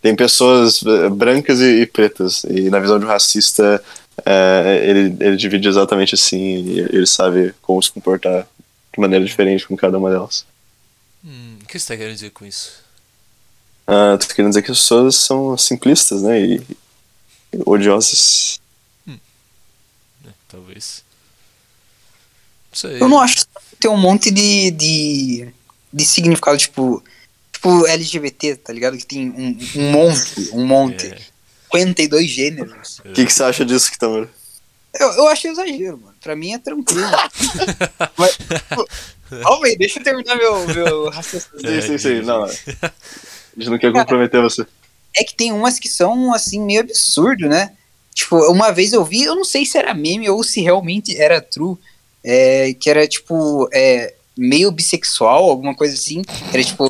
tem pessoas eh, brancas e, e pretas, e na visão de um racista, eh, ele, ele divide exatamente assim, e ele sabe como se comportar de maneira diferente com cada uma delas.
Hum, o que você tá querendo dizer com isso?
Ah, tô querendo dizer que as pessoas são simplistas, né? E, e odiosas.
É, talvez. Não sei.
Eu não acho que tem um monte de, de, de significado, tipo. Tipo LGBT, tá ligado? Que tem um, um monte, um monte.
É.
52 gêneros.
O que, que você acha disso, Kitamura?
Eu, eu achei exagero, mano. Pra mim é tranquilo. Mas, tipo, calma aí, deixa eu terminar meu, meu
Sim,
raciocínio.
sim, sim. Não, não. A gente não quer comprometer você.
É que tem umas que são, assim, meio absurdo, né? Tipo, uma vez eu vi, eu não sei se era meme ou se realmente era true, é, que era, tipo, é, meio bissexual, alguma coisa assim. Era, tipo,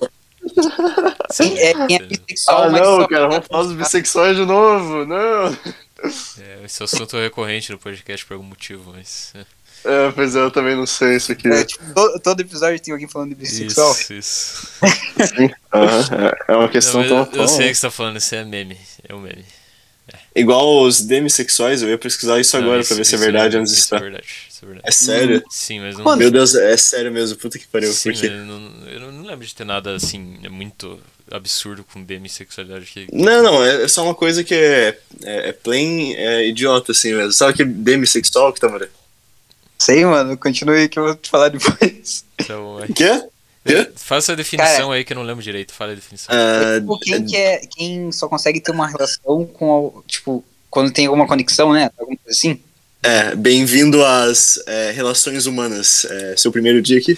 Sim,
é, quem é
Ah,
bissexual, mas só-
bissexuais de novo, não.
é, esse assunto é recorrente no podcast por algum motivo, mas. é.
É, pois é, eu também não sei isso aqui.
É, tipo, to- todo, episódio tem alguém falando de bissexual.
Isso, isso.
Aham, é- é uma
Não,
questão
mas
tão
eu, eu sei o que
atual.
você tá falando, isso é meme. É um meme.
Igual os demissexuais, eu ia pesquisar isso
Não,
agora pra ver se é verdade
isso
antes de
Isso é
estar.
verdade. Isso é verdade.
É sério?
Sim, mas não.
Mano,
Meu Deus, é sério mesmo, puta que pariu.
Sim, é.
Porque...
mas eu, não, eu não lembro de ter nada assim muito absurdo com demissexualidade que.
Não, não, é é só uma coisa que é, é, é plain é, idiota, assim mesmo. Sabe aquele demissexual que tá morando?
Sei, mano, continue que eu vou te falar depois.
Então, é-
Quê? Quê?
Faça a definição aí que eu não lembro direito. Fala a definição.
Ah,
Tipo, quem, que é, quem só consegue ter uma relação com, al- tipo, quando tem alguma conexão, né? Alguma coisa assim.
É, bem-vindo às é, relações humanas. É, seu primeiro dia aqui.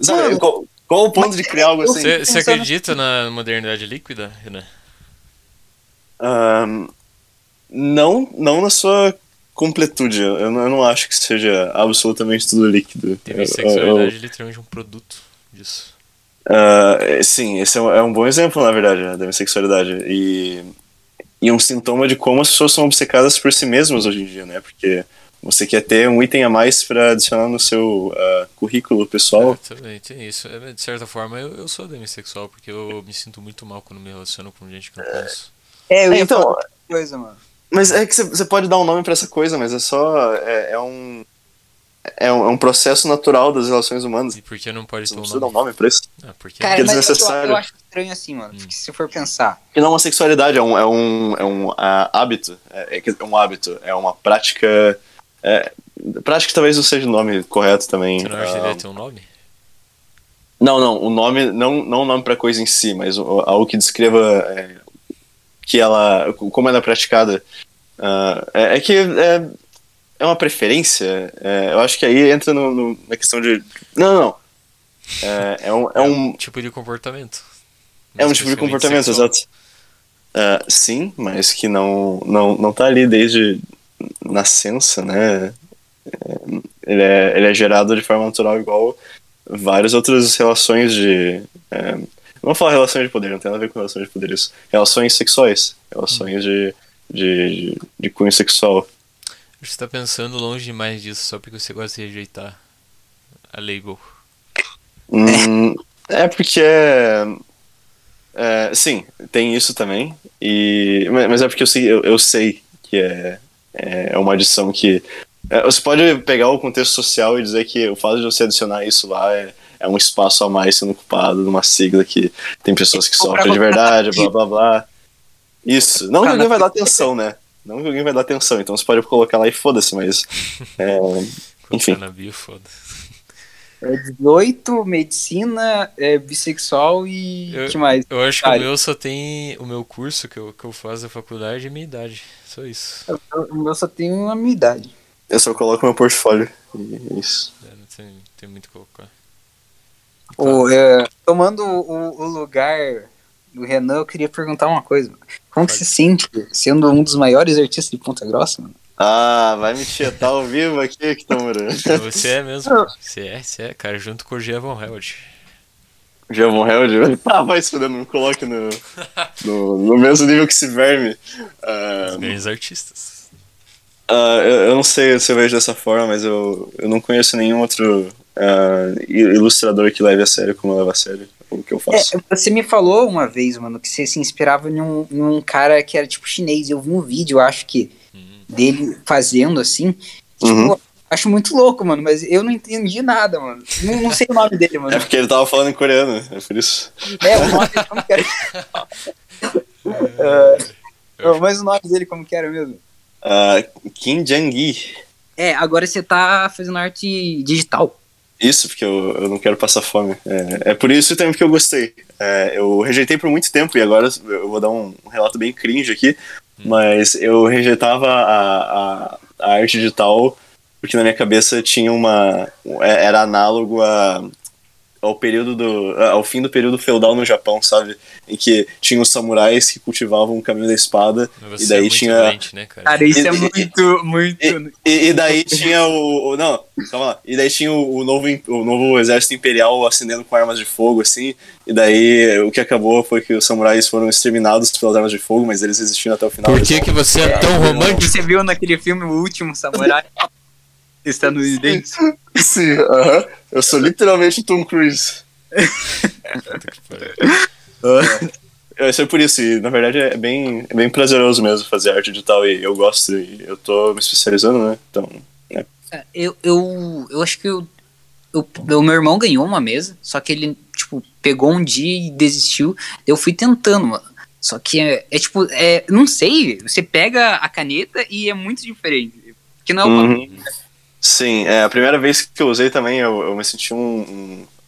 Sabe,
Mano,
qual, qual o ponto de criar algo
eu
assim?
Você você
pensando-
acredita na modernidade líquida, Renan?
Ahn, não, não na sua completude. Eu, eu não, eu não acho que seja absolutamente tudo líquido. Eu- eu-
Demissexualidade é literalmente um produto disso.
Ah, é, sim, esse é um, é um bom exemplo, na verdade, né, da bissexualidade. E, e um sintoma de como as pessoas são obcecadas por si mesmas hoje em dia, né? Porque você quer ter um item a mais para adicionar no seu ah, currículo pessoal.
É, também tem isso. É, De certa forma, eu, eu sou demissexual porque eu me sinto muito mal quando me relaciono com gente que eu não conheço.
É, eu
É,
ia
então,
falar outra coisa, mano.
Mas é que você pode dar um nome pra essa coisa, mas é só. É, é um, é um. é um processo natural das relações humanas.
E por que não pode
Você
ter
não
um
precisa dar um
nome?
nome pra isso.
Ah, porque
Cara,
é
mas eu,
desnecessário. Hum.
eu acho estranho assim, mano. Porque se eu for pensar.
E não é uma sexualidade, é um, é um, é um ah, hábito. É, é que- é um hábito, é uma prática. É, prática talvez não seja o nome correto também.
você não
ah,
acha que deveria ter um nome?
não, não, o nome. Não, não o nome pra coisa em si, mas o- algo que descreva é, que ela. como ela é praticada. Ah, é, é que. É, é uma preferência. é, eu acho que aí entra no- no- na questão de. Não, não, não. É, é um, é um,
tipo de comportamento.
é um
Mas
tipo de
especificamente
comportamento,
sexual.
exato. Ah, sim, mas que não, não, não tá ali desde nascença, né? É, Ele é, ele é gerado de forma natural, igual várias outras relações de. é, não vou falar relações de poder, não tem nada a ver com relações de poder isso. Relações sexuais. Relações de, de, de, de cunho sexual.
Você tá pensando longe demais disso só porque você gosta de rejeitar a label.
Hum, é porque. é, é, sim, tem isso também. E, ma- mas é porque eu sei, eu, eu sei que é, é é uma adição que. é, você pode pegar o contexto social e dizer que o fato de você adicionar isso lá é, é um espaço a mais sendo ocupado numa sigla que tem pessoas que
Ou pra
sofrem de
botar
verdade, blá
apelido.
blá blá. Isso. Não que
Pra
alguém
não
vai dar atenção, né? Não que alguém vai dar atenção, então você pode colocar lá e foda-se, mas. é, Enfim.
Colocar tá na bio, foda.
É 18, medicina, é, bissexual e.
Eu-
que mais?
Eu acho que o
Cara.
meu só tem. O meu curso que eu, que eu faço da faculdade e minha idade. Só isso.
O meu só tem uma minha idade.
eu só coloco meu portfólio. E é isso.
É, não tem, tem muito o que colocar.
Tá.
O, é, tomando o, o lugar do Renan, eu queria perguntar uma coisa. Mano. Como que
Pode.
se sente sendo um dos maiores artistas de Ponta Grossa, mano?
Ah, vai me tietar ao vivo aqui, Kitamura.
Você é mesmo. Você é, você é, cara, junto com o Jevon Held.
Javon Held? Ah, vai se fuder, não me coloque no, no, no mesmo nível que esse verme. Ah,
Os grandes artistas.
ah, eu, eu não sei se eu vejo dessa forma, mas eu, eu não conheço nenhum outro ah, il- ilustrador que leve a sério como eu levo a sério o que eu faço.
É, você me falou uma vez, mano, que você se inspirava em um, em um cara que era tipo chinês. Eu vi um vídeo, acho que, dele fazendo assim.
Uhum.
Tipo, acho muito louco, mano, mas eu não entendi nada, mano. Não, não sei o nome dele, mano.
É porque ele tava falando em coreano, é por isso.
É, o nome dele como que era. Ah, mas o nome dele como que era mesmo?
Ah, Kim Jang-gi.
É, agora você tá fazendo arte digital.
Isso, porque eu, eu não quero passar fome. É, é por isso também que eu gostei. É, eu rejeitei por muito tempo, e agora eu vou dar um, um relato bem cringe aqui,
Hum.
mas eu rejeitava a, a, a arte digital porque na minha cabeça tinha uma. é- era análogo a, ao período do. a- ao fim do período feudal no Japão, sabe? Em que tinha os samurais que cultivavam o caminho da espada,
Mas
e
Você é
daí
muito
tinha.
doente, né, cara?
Cara, isso é
E- e-
muito,
É,
muito.
E, e daí tinha o, o- Não, calma lá. E daí tinha o, o novo, im- o novo exército imperial acendendo com armas de fogo, assim. E daí o que acabou foi que os samurais foram exterminados pelas armas de fogo, mas eles existiram até o final.
Por que, que você é tão romântico?
Você viu naquele filme O Último Samurai? tá Estadunidense.
Sim, aham. Eu sou literalmente o Tom Cruise.
Puta que pariu.
Eu sei por É, isso, e na verdade é bem, é bem prazeroso mesmo fazer arte digital e eu gosto, e eu tô me especializando, né? Então.
É, Eu, eu, eu acho que eu, eu- o meu irmão ganhou uma mesa, só que ele, tipo, pegou um dia e desistiu. Eu fui tentando, mano. Só que é, é tipo, é, não sei, você pega a caneta e é muito diferente. Porque não é o
Uhum.
papel.
Sim, é, a primeira vez que eu usei também eu, eu me senti um,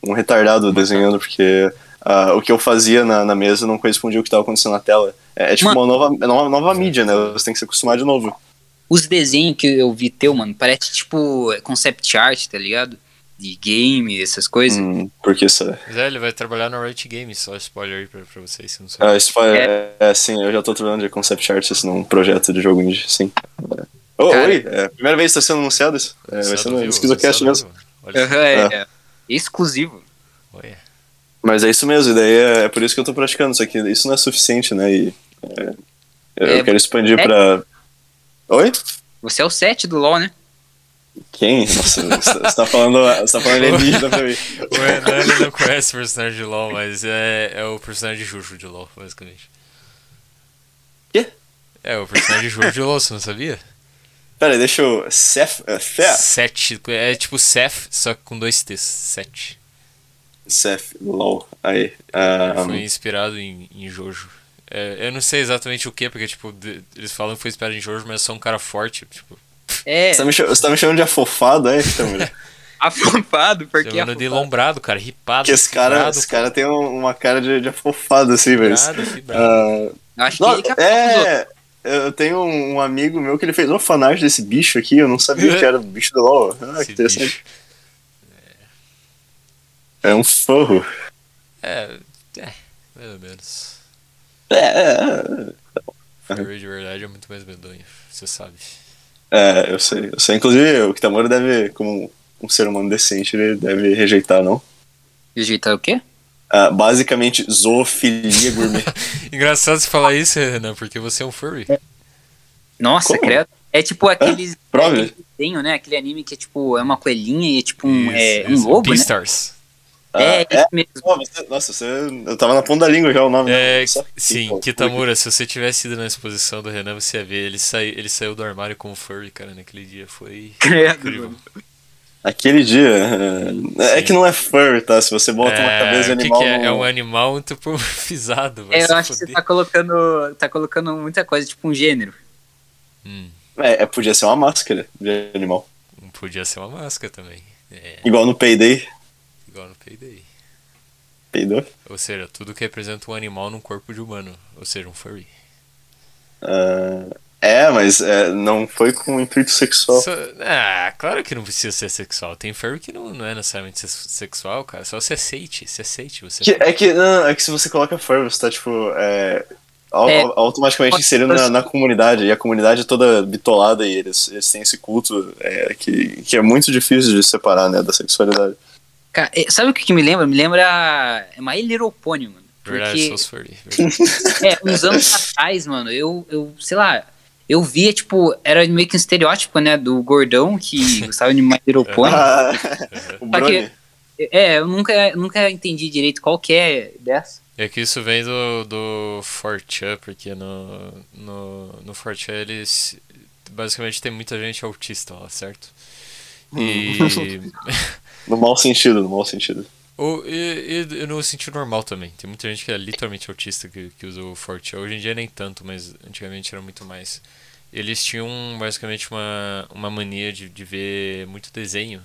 um, um retardado desenhando, porque ah, o que eu fazia na, na mesa não correspondia ao que tava acontecendo na tela. É, é tipo
Mano.
uma nova, é uma nova mídia, né? Você tem que se acostumar de novo.
Os desenhos que eu vi teu, mano, parece tipo concept art, tá ligado? De game, essas coisas.
Hum, porque isso
Mas é, ele vai trabalhar na Riot Games, só spoiler aí pra, pra vocês, se não sabe.
é, isso foi- é, é, sim, eu já tô trabalhando de concept art assim, num projeto de jogo indie, sim. É. Ô,
Cara.
oi, é, primeira vez que tá sendo anunciado isso? É, vai ser no Esquizocast mesmo. Uhum.
Olha,
Aham, é, é exclusivo.
olha.
Mas é isso mesmo, e daí é, é por isso que eu tô praticando, só que isso não é suficiente, né? E, é, eu
É,
quero expandir
é-
pra. Oi?
Você é o 7 do LoL, né?
Quem? Nossa, você tá- você tá falando, você tá falando alienígena pra mim.
O Renan ele não conhece o personagem de LoL, mas é, é o personagem de Juju de LoL, basicamente.
Quê?
É, o personagem de Juju de LoL, você não sabia?
Pera aí, deixa eu. Seth. é, Thea?
Sete, é tipo Seth, só que com dois T's, sete.
Seth, lol. Aí. ah,
Foi inspirado em, em Jojo. É, eu não sei exatamente o que, porque tipo, de- eles falam que foi inspirado em Jojo, mas é só um cara forte, tipo,
É,
você, tá me, cha- você tá me chamando de afofado aí, Tamura?
afofado, porque
chamando é de
afofado.
lombrado, cara, ripado,
Porque esse cara,
fibrado,
esse cara tem um- uma cara de, de afofado, assim, velho.
fibrado, fibrado.
Ah,
Eu acho que
não,
ele que afofou.
é. Eu tenho um um amigo meu que ele fez um fanart desse bicho aqui, eu não sabia que era o bicho do LOL. Ah, que
Esse
interessante.
bicho.
É um forro.
É, é, mais ou menos.
É, é, é.
Furry de verdade é muito mais medonho, você sabe.
É, eu sei, eu sei. Inclusive, o Kitamura deve, como um ser humano decente, ele deve rejeitar, não?
Rejeitar tá o quê?
Ah, basicamente, zoofilia gourmet.
Engraçado você falar isso, Renan, porque você é um furry.
Nossa,
Como?
credo. É tipo aqueles.
Prove.
aquele desenho, né? Aquele anime que é tipo, é uma coelhinha e é tipo um, é,
Isso,
um lobo, né?
Beastars.
É,
Ah,
isso mesmo.
Pô, você- nossa, você, eu tava na ponta da língua já o nome.
É,
né? Só-
sim, tá
pô,
Kitamura, se você tivesse ido na exposição do Renan, você ia ver. Ele, sai, ele saiu do armário como um furry, cara, naquele dia. Foi
Credo.
incrível.
mano.
Aquele dia. é- É
Sim.
que não é furry, tá? Se você bota uma cabeisa
o
de
que
animal.
que é? É
no-
um animal antropomorfizado, vai
É,
se
eu acho que você
foder.
tá colocando. tá colocando muita coisa, tipo um gênero.
Hum,
É, é, podia ser uma máscara de animal.
podia ser uma máscara também. É,
Igual no Payday.
igual no Payday.
Peidou?
Ou seja, tudo que representa um animal num corpo de humano. Ou seja, um furry.
Ah, é, mas é, não foi com intuito sexual.
Só- ah, claro que não precisa ser sexual. Tem furry que não, não é necessariamente se- sexual, cara. Só se aceite, se aceite. Você
Que- é, que, não, é que se você coloca furry, você tá tipo. é, au-
É.
au- automaticamente inserindo na, na comunidade, e a comunidade é toda bitolada, e eles, eles têm esse culto é, que, que é muito difícil de separar, né, da sexualidade.
Cara, é, sabe o que, que me lembra? Me lembra é My Little Pony, mano.
Verdade,
Porque,
Souls 40. verdade.
é, uns anos atrás, mano, eu, eu, sei lá, eu via, tipo, era meio que um estereótipo, né, do gordão que gostava de My
É.
Little
Uhum.
Pony.
Ah, o
Só que-
Brony.
É, eu nunca, nunca entendi direito qual que é dessa.
É que isso vem do, do 4chan, porque no, no, no 4chan eles basicamente tem muita gente autista lá, certo? E,
No mau sentido, no mau sentido.
ou, e, e no sentido normal também. Tem muita gente que é literalmente autista que, que usa o 4chan. Hoje em dia nem tanto, mas antigamente era muito mais. Eles tinham basicamente uma, uma mania de, de ver muito desenho.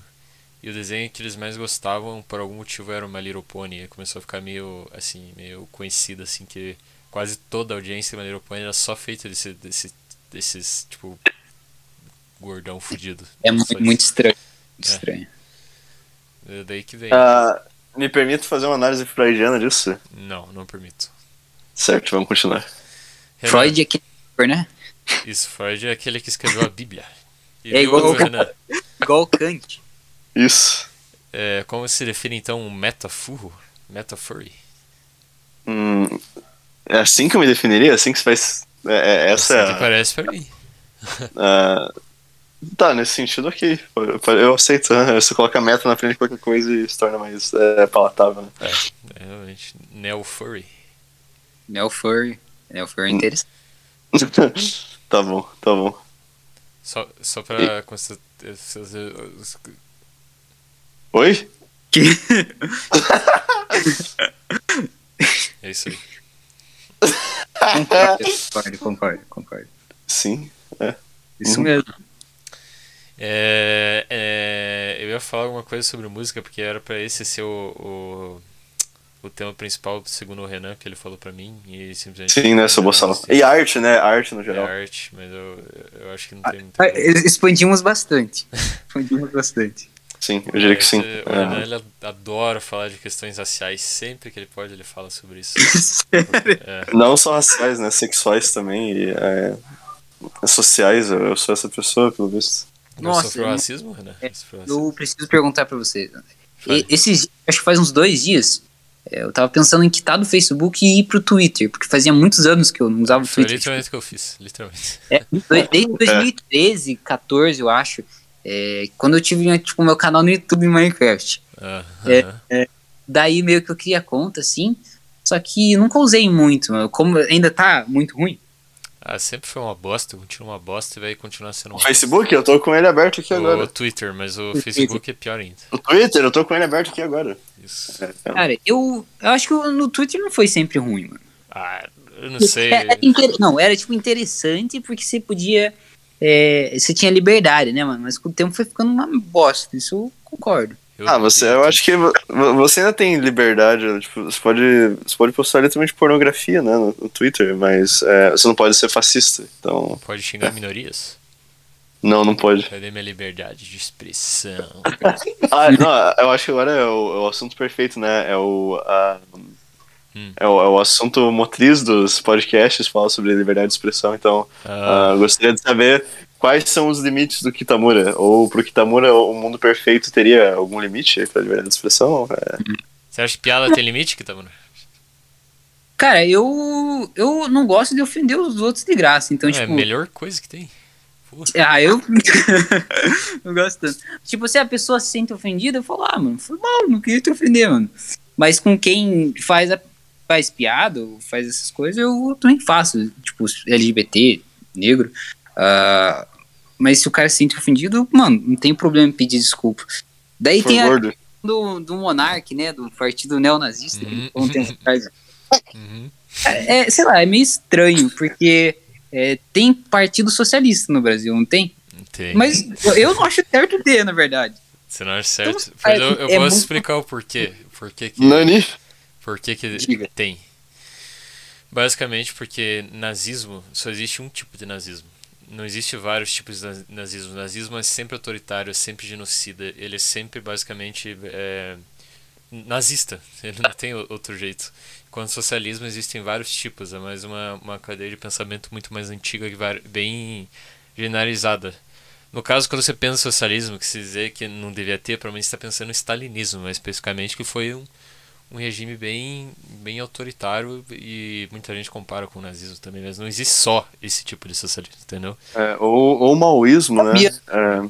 E o desenho que eles mais gostavam, por algum motivo, era uma Little Pony. E começou a ficar meio, assim, meio conhecida, assim, que quase toda a audiência de My Little Pony era só feita desse, desse, desses, tipo, gordão fudido.
É
Só
mu-
isso.
muito estranho. Muito
É.
estranho.
É daí que vem.
Ah, me permito fazer uma análise freudiana disso?
Não, não permito.
Certo, vamos continuar.
Renan,
Freud é que né?
Isso, Freud é aquele que escreveu a Bíblia. E
É igual
outro,
o cara.
Renan,
Igual Kant.
Isso.
é, como se define então um metafurro? Metafurry?
Hum, é assim que eu me definiria? Assim que se faz... é- é- essa é
Assim que
a-
parece pra mim.
Ah, tá, nesse sentido, ok. Eu aceito. né? Você coloca a meta na frente de qualquer coisa e se torna mais é, palatável, né?
É, realmente, neofurry.
Neo Furry. Neo Furry é interessante.
tá bom, tá bom.
Só, só pra consta- eh, fazer-
Oi?
É isso aí.
Concordo, concordo, concordo, concordo.
Sim.
Isso
Uhum.
mesmo.
É, é, eu ia falar alguma coisa sobre música, porque era pra esse ser o, o, o tema principal, segundo o Renan, que ele falou pra mim. E simplesmente.
Sim, né, seu boçal. E arte, né? Arte no
É
geral.
arte, mas eu, eu acho que não tem muito.
Ah, Expandimos bastante. Expandimos bastante.
Sim, eu diria que sim.
Esse- O Renan
É.
ele adora falar de questões raciais. Sempre que ele pode, ele fala sobre isso. É,
Não só raciais, né? Sexuais também e é, sociais. Eu eu sou essa pessoa, pelo visto.
Nossa,
Nossa,
sofreu
eu-
racismo, Renan?
É,
Sofreu racismo?
Eu preciso perguntar pra vocês.
assim. Fale.
E- esses, acho que faz uns dois dias, é, eu tava pensando em quitar do Facebook e ir pro Twitter, porque fazia muitos anos que eu não usava o
Foi
Twitter.
literalmente o que eu fiz. Literalmente.
É, do- desde 2013, 14, eu acho. é, quando eu tive tipo, meu canal no YouTube em Minecraft.
Ah,
É.
aham.
Daí meio que eu criei a conta, assim. Só que nunca usei muito, mano. Como ainda tá muito ruim.
Ah, sempre foi uma bosta. Continua uma bosta e vai continuar sendo
O
uma
Facebook, eu tô com ele aberto aqui
bosta. O
agora.
Twitter, mas o
O
Facebook é pior ainda.
O Twitter, eu tô com ele aberto aqui agora.
Isso.
É.
Cara, eu, eu acho que eu- no Twitter não foi sempre ruim, mano.
Ah, eu não sei.
Era- era inter- Não, era tipo interessante porque você podia. é, você tinha liberdade, né, mano? Mas com o tempo foi ficando uma bosta. Isso eu concordo.
Eu
Ah, você, eu acho que vo- vo- você ainda tem liberdade, né? tipo, você pode, você pode postar literalmente pornografia, né, no, no Twitter, mas é, você não pode ser fascista, então,
Pode xingar minorias?
não, não pode.
Cadê minha liberdade de expressão?
Ah, não, eu acho que agora é o, é o assunto perfeito, né, é o, a-
Hum.
é o, é o assunto motriz dos podcasts, falar sobre liberdade de expressão, então,
Ah,
ah, eu gostaria de saber quais são os limites do Kitamura, ou pro Kitamura o mundo perfeito teria algum limite pra liberdade de expressão? É,
você acha que tá, piada tem limite, Kitamura?
Então, Cara, eu, eu não gosto de ofender os outros de graça. Então,
É a
tipo.
melhor coisa que tem.
Ah, eu não gosto tanto. Tipo, se a pessoa se sente ofendida, eu falo, ah, mano, foi mal, não queria te ofender, mano. Mas com quem faz, a, faz piada, ou faz essas coisas, eu também faço. Tipo, LGBT, negro. ah, mas se o cara se sente ofendido, mano, não tem problema em pedir desculpa. Daí
por
tem a
gordo.
do, do Monark, né? Do partido neonazista,
Uhum.
que um tempo atrás
Uhum.
é, sei lá, é meio estranho, porque é, tem partido socialista no Brasil, não tem?
Tem.
Mas eu- eu não acho certo ter, na verdade.
Se não é certo.
Então,
Mas eu, eu
é- é
posso
muito-
explicar o porquê. Por que que,
Nani?
por que, que
Diga.
tem. Basicamente porque nazismo, só existe um tipo de nazismo. Não existe vários tipos de naz- nazismo. O nazismo é sempre autoritário, é sempre genocida. Ele é sempre basicamente é, nazista. Ele não tem o- outro jeito. Quanto ao socialismo, existem vários tipos. É mais uma, uma cadeia de pensamento muito mais antiga, que vai- bem generalizada. No caso, quando você pensa em socialismo, que se dizer que não devia ter, provavelmente você está pensando em stalinismo, mas especificamente que foi um, um regime bem, bem autoritário e muita gente compara com o nazismo também, mas não existe só esse tipo de socialismo, entendeu?
É, ou, ou o maoísmo, né?
Sabia.
É,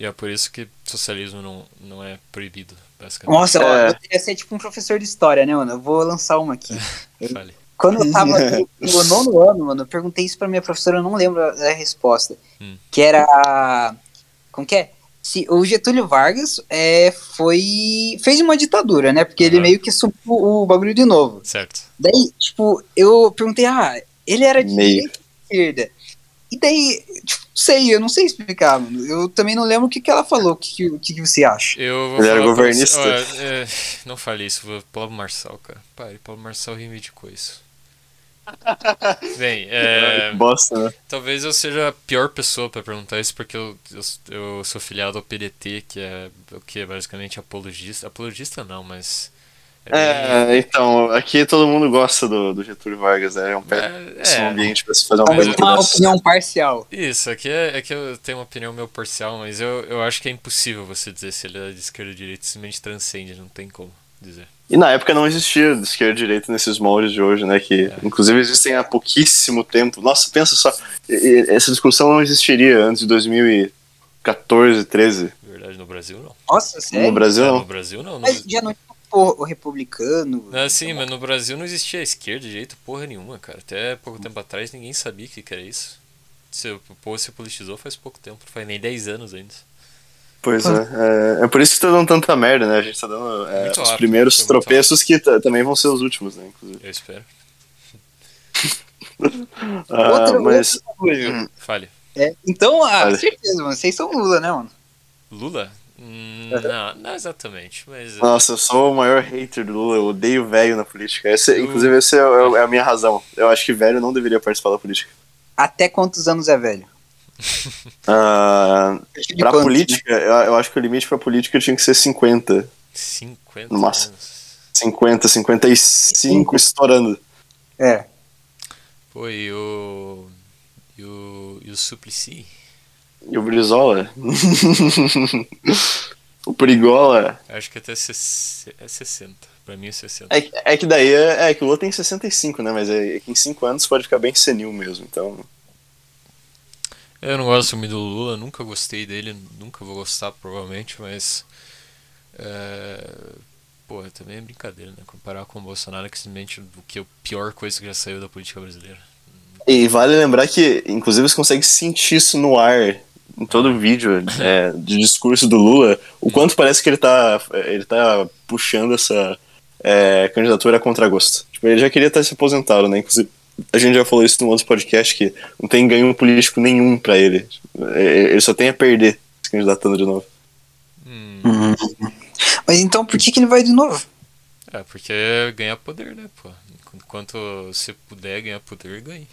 E é por isso que socialismo não, não é proibido, basicamente.
Nossa, ó,
É.
eu teria que ser tipo um professor de história, né, mano? Eu vou lançar uma aqui.
Fale.
Quando eu tava no nono ano, mano, eu perguntei isso pra minha professora, eu não lembro a a resposta.
Hum.
Que era. Como que é? Se, o Getúlio Vargas é, foi. fez uma ditadura, né? Porque ele
Aham.
meio que subiu o bagulho de novo.
Certo.
Daí, tipo, eu perguntei, ah, ele era de
Meio.
direita ou esquerda? E daí, tipo, sei, eu não sei explicar, mano. Eu também não lembro o que, que ela falou, o que, que, o que que você acha.
Eu vou
Ele era
falar pra
governista.
você- Olha, é, não falei isso, vou Paulo Marçal, cara. Pare, Paulo Marçal reivindicou isso. Bem, é,
Bosta, né?
talvez eu seja a pior pessoa pra perguntar isso, porque eu, eu, eu sou filiado ao PDT, que é o que é basicamente apologista. Apologista não, mas. bem-
É, então, aqui todo mundo gosta do, do Getúlio Vargas, né? É um péssimo
é,
ambiente pra se fazer uma
Talvez
coisa
eu-
uma
dessa.
opinião parcial.
Isso, aqui é, é que eu tenho uma opinião meio parcial, mas eu, eu acho que é impossível você dizer se ele é de esquerda ou de direita, simplesmente transcende, não tem como dizer.
E na época não existia de esquerda e direita nesses moldes de hoje, né? Que
É.
inclusive existem há pouquíssimo tempo. Nossa, pensa só, e- e- essa discussão não existiria antes de 2014, 13.
Na verdade, no Brasil não.
Nossa, sério?
No Brasil
Ah,
não.
No Brasil não. no
Mas já não tinha um o republicano.
Não, sim, mas no Brasil não existia esquerda de jeito porra nenhuma, cara. Até pouco tempo atrás ninguém sabia o que, que era isso. Se, o povo se politizou faz pouco tempo, não faz nem 10 anos ainda.
Pois
Ah.
é, é. É por isso que tá dando tanta merda, né? A gente tá dando é,
Muito
os
rápido,
primeiros
foi muito
tropeços que ta- também vão ser os últimos, né? Inclusive.
Eu espero.
Ah,
Outra-
mas
outra coisa.
Fale.
É, então, ah,
Olha.
com certeza, mano. Vocês são Lula, né, mano?
Lula? Hum,
É.
Não, não exatamente, mas. é,
Nossa, eu sou o maior hater do Lula, eu odeio velho na política. Esse,
Eu-
Inclusive, essa é, é a minha razão. Eu acho que velho não deveria participar da política.
Até quantos anos é velho?
Ah,
De
pra
quanto, né?
política, eu, eu acho que o limite pra política tinha que ser 50.
50
Nossa.
anos.
50, 55 estourando.
É.
Pô, e o. E o, e o Suplicy?
E o Brizola? o Brigola?
Acho que até 60, é 60. Pra mim é 60.
É, que- é que daí é, é que o Lula tem 65, né? Mas é, é que em 5 anos pode ficar bem senil mesmo. Então,
Eu não gosto muito do Lula, nunca gostei dele, nunca vou gostar provavelmente, mas. É... Porra, também é brincadeira, né? Comparar com o Bolsonaro, que simplesmente o que é a pior coisa que já saiu da política brasileira.
E vale lembrar que, inclusive, você consegue sentir isso no ar, em todo o vídeo é, de discurso do Lula, o quanto parece que ele tá, ele tá puxando essa é, candidatura a contragosto. Tipo, ele já queria estar se aposentado, né? Inclusive, a gente já falou isso num outro podcast, que não tem ganho político nenhum pra ele. É, Ele só tem a perder se candidatando de novo.
Hum,
Mas então, por que, que ele vai de novo?
é, porque é ganhar poder, né, pô? Enquanto você puder ganhar poder, ganhe.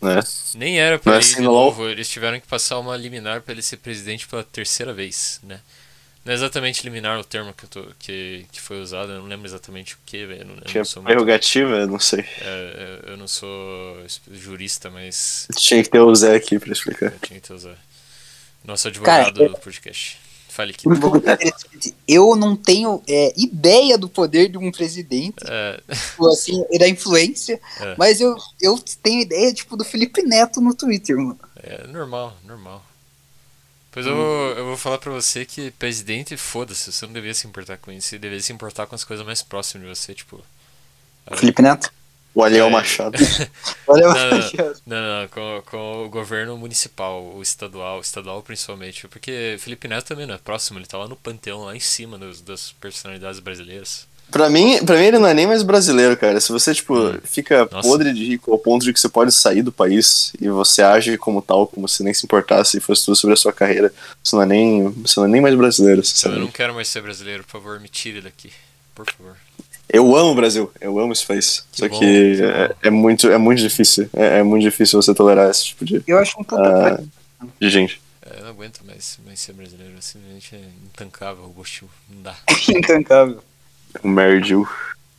Né?
Nem era pra
Não é
ele ir
assim,
de
não.
novo, eles tiveram que passar uma liminar pra ele ser presidente pela terceira vez, né? Não é exatamente liminar o termo que, eu tô, que, que foi usado, eu não lembro exatamente o que, velho. eu não- eu não
Tinha
sou muito-
prerrogativa, não sei.
É, eu- eu não sou es- jurista, mas
Tinha que ter o Zé aqui pra explicar.
eu tinha que usar. Nosso advogado
Cara,
do podcast. Fale que.
Bom, interessante. Eu não tenho é, ideia do poder de um presidente,
É,
ou assim, e da influência,
É.
mas eu, eu tenho ideia, tipo, do Felipe Neto no Twitter, mano.
é normal, normal. Pois
Hum.
eu, vou, eu vou falar pra você que presidente, foda-se, você não devia se importar com isso, você devia se importar com as coisas mais próximas de você, tipo.
É.
Ah.
Felipe Neto?
O Aliel
É.
Machado.
Olha,
É.
Não, Não, não, com, com o governo municipal, o estadual, o estadual principalmente, porque Felipe Neto também não é próximo, ele tá lá no panteão, lá em cima dos, das personalidades brasileiras.
Pra mim, pra mim, ele não é nem mais brasileiro, cara. Se você, tipo, fica
Hum. Nossa.
podre de rico ao ponto de que você pode sair do país e você age como tal, como se nem se importasse e fosse tudo sobre a sua carreira, você não é nem, você não é nem mais brasileiro,
Então, Eu não
sinceramente.
quero mais ser brasileiro, por favor, me tire daqui. Por favor.
Eu amo o Brasil, eu amo esse país.
Que
Só
bom,
que
que
é, é muito, é muito difícil. É, é muito difícil você tolerar esse tipo de,
Eu acho um
ah,
puta.
de gente.
É, eu não aguento mais, mais ser brasileiro, simplesmente é intancável o gostinho, não dá.
intancável.
O um Merdil.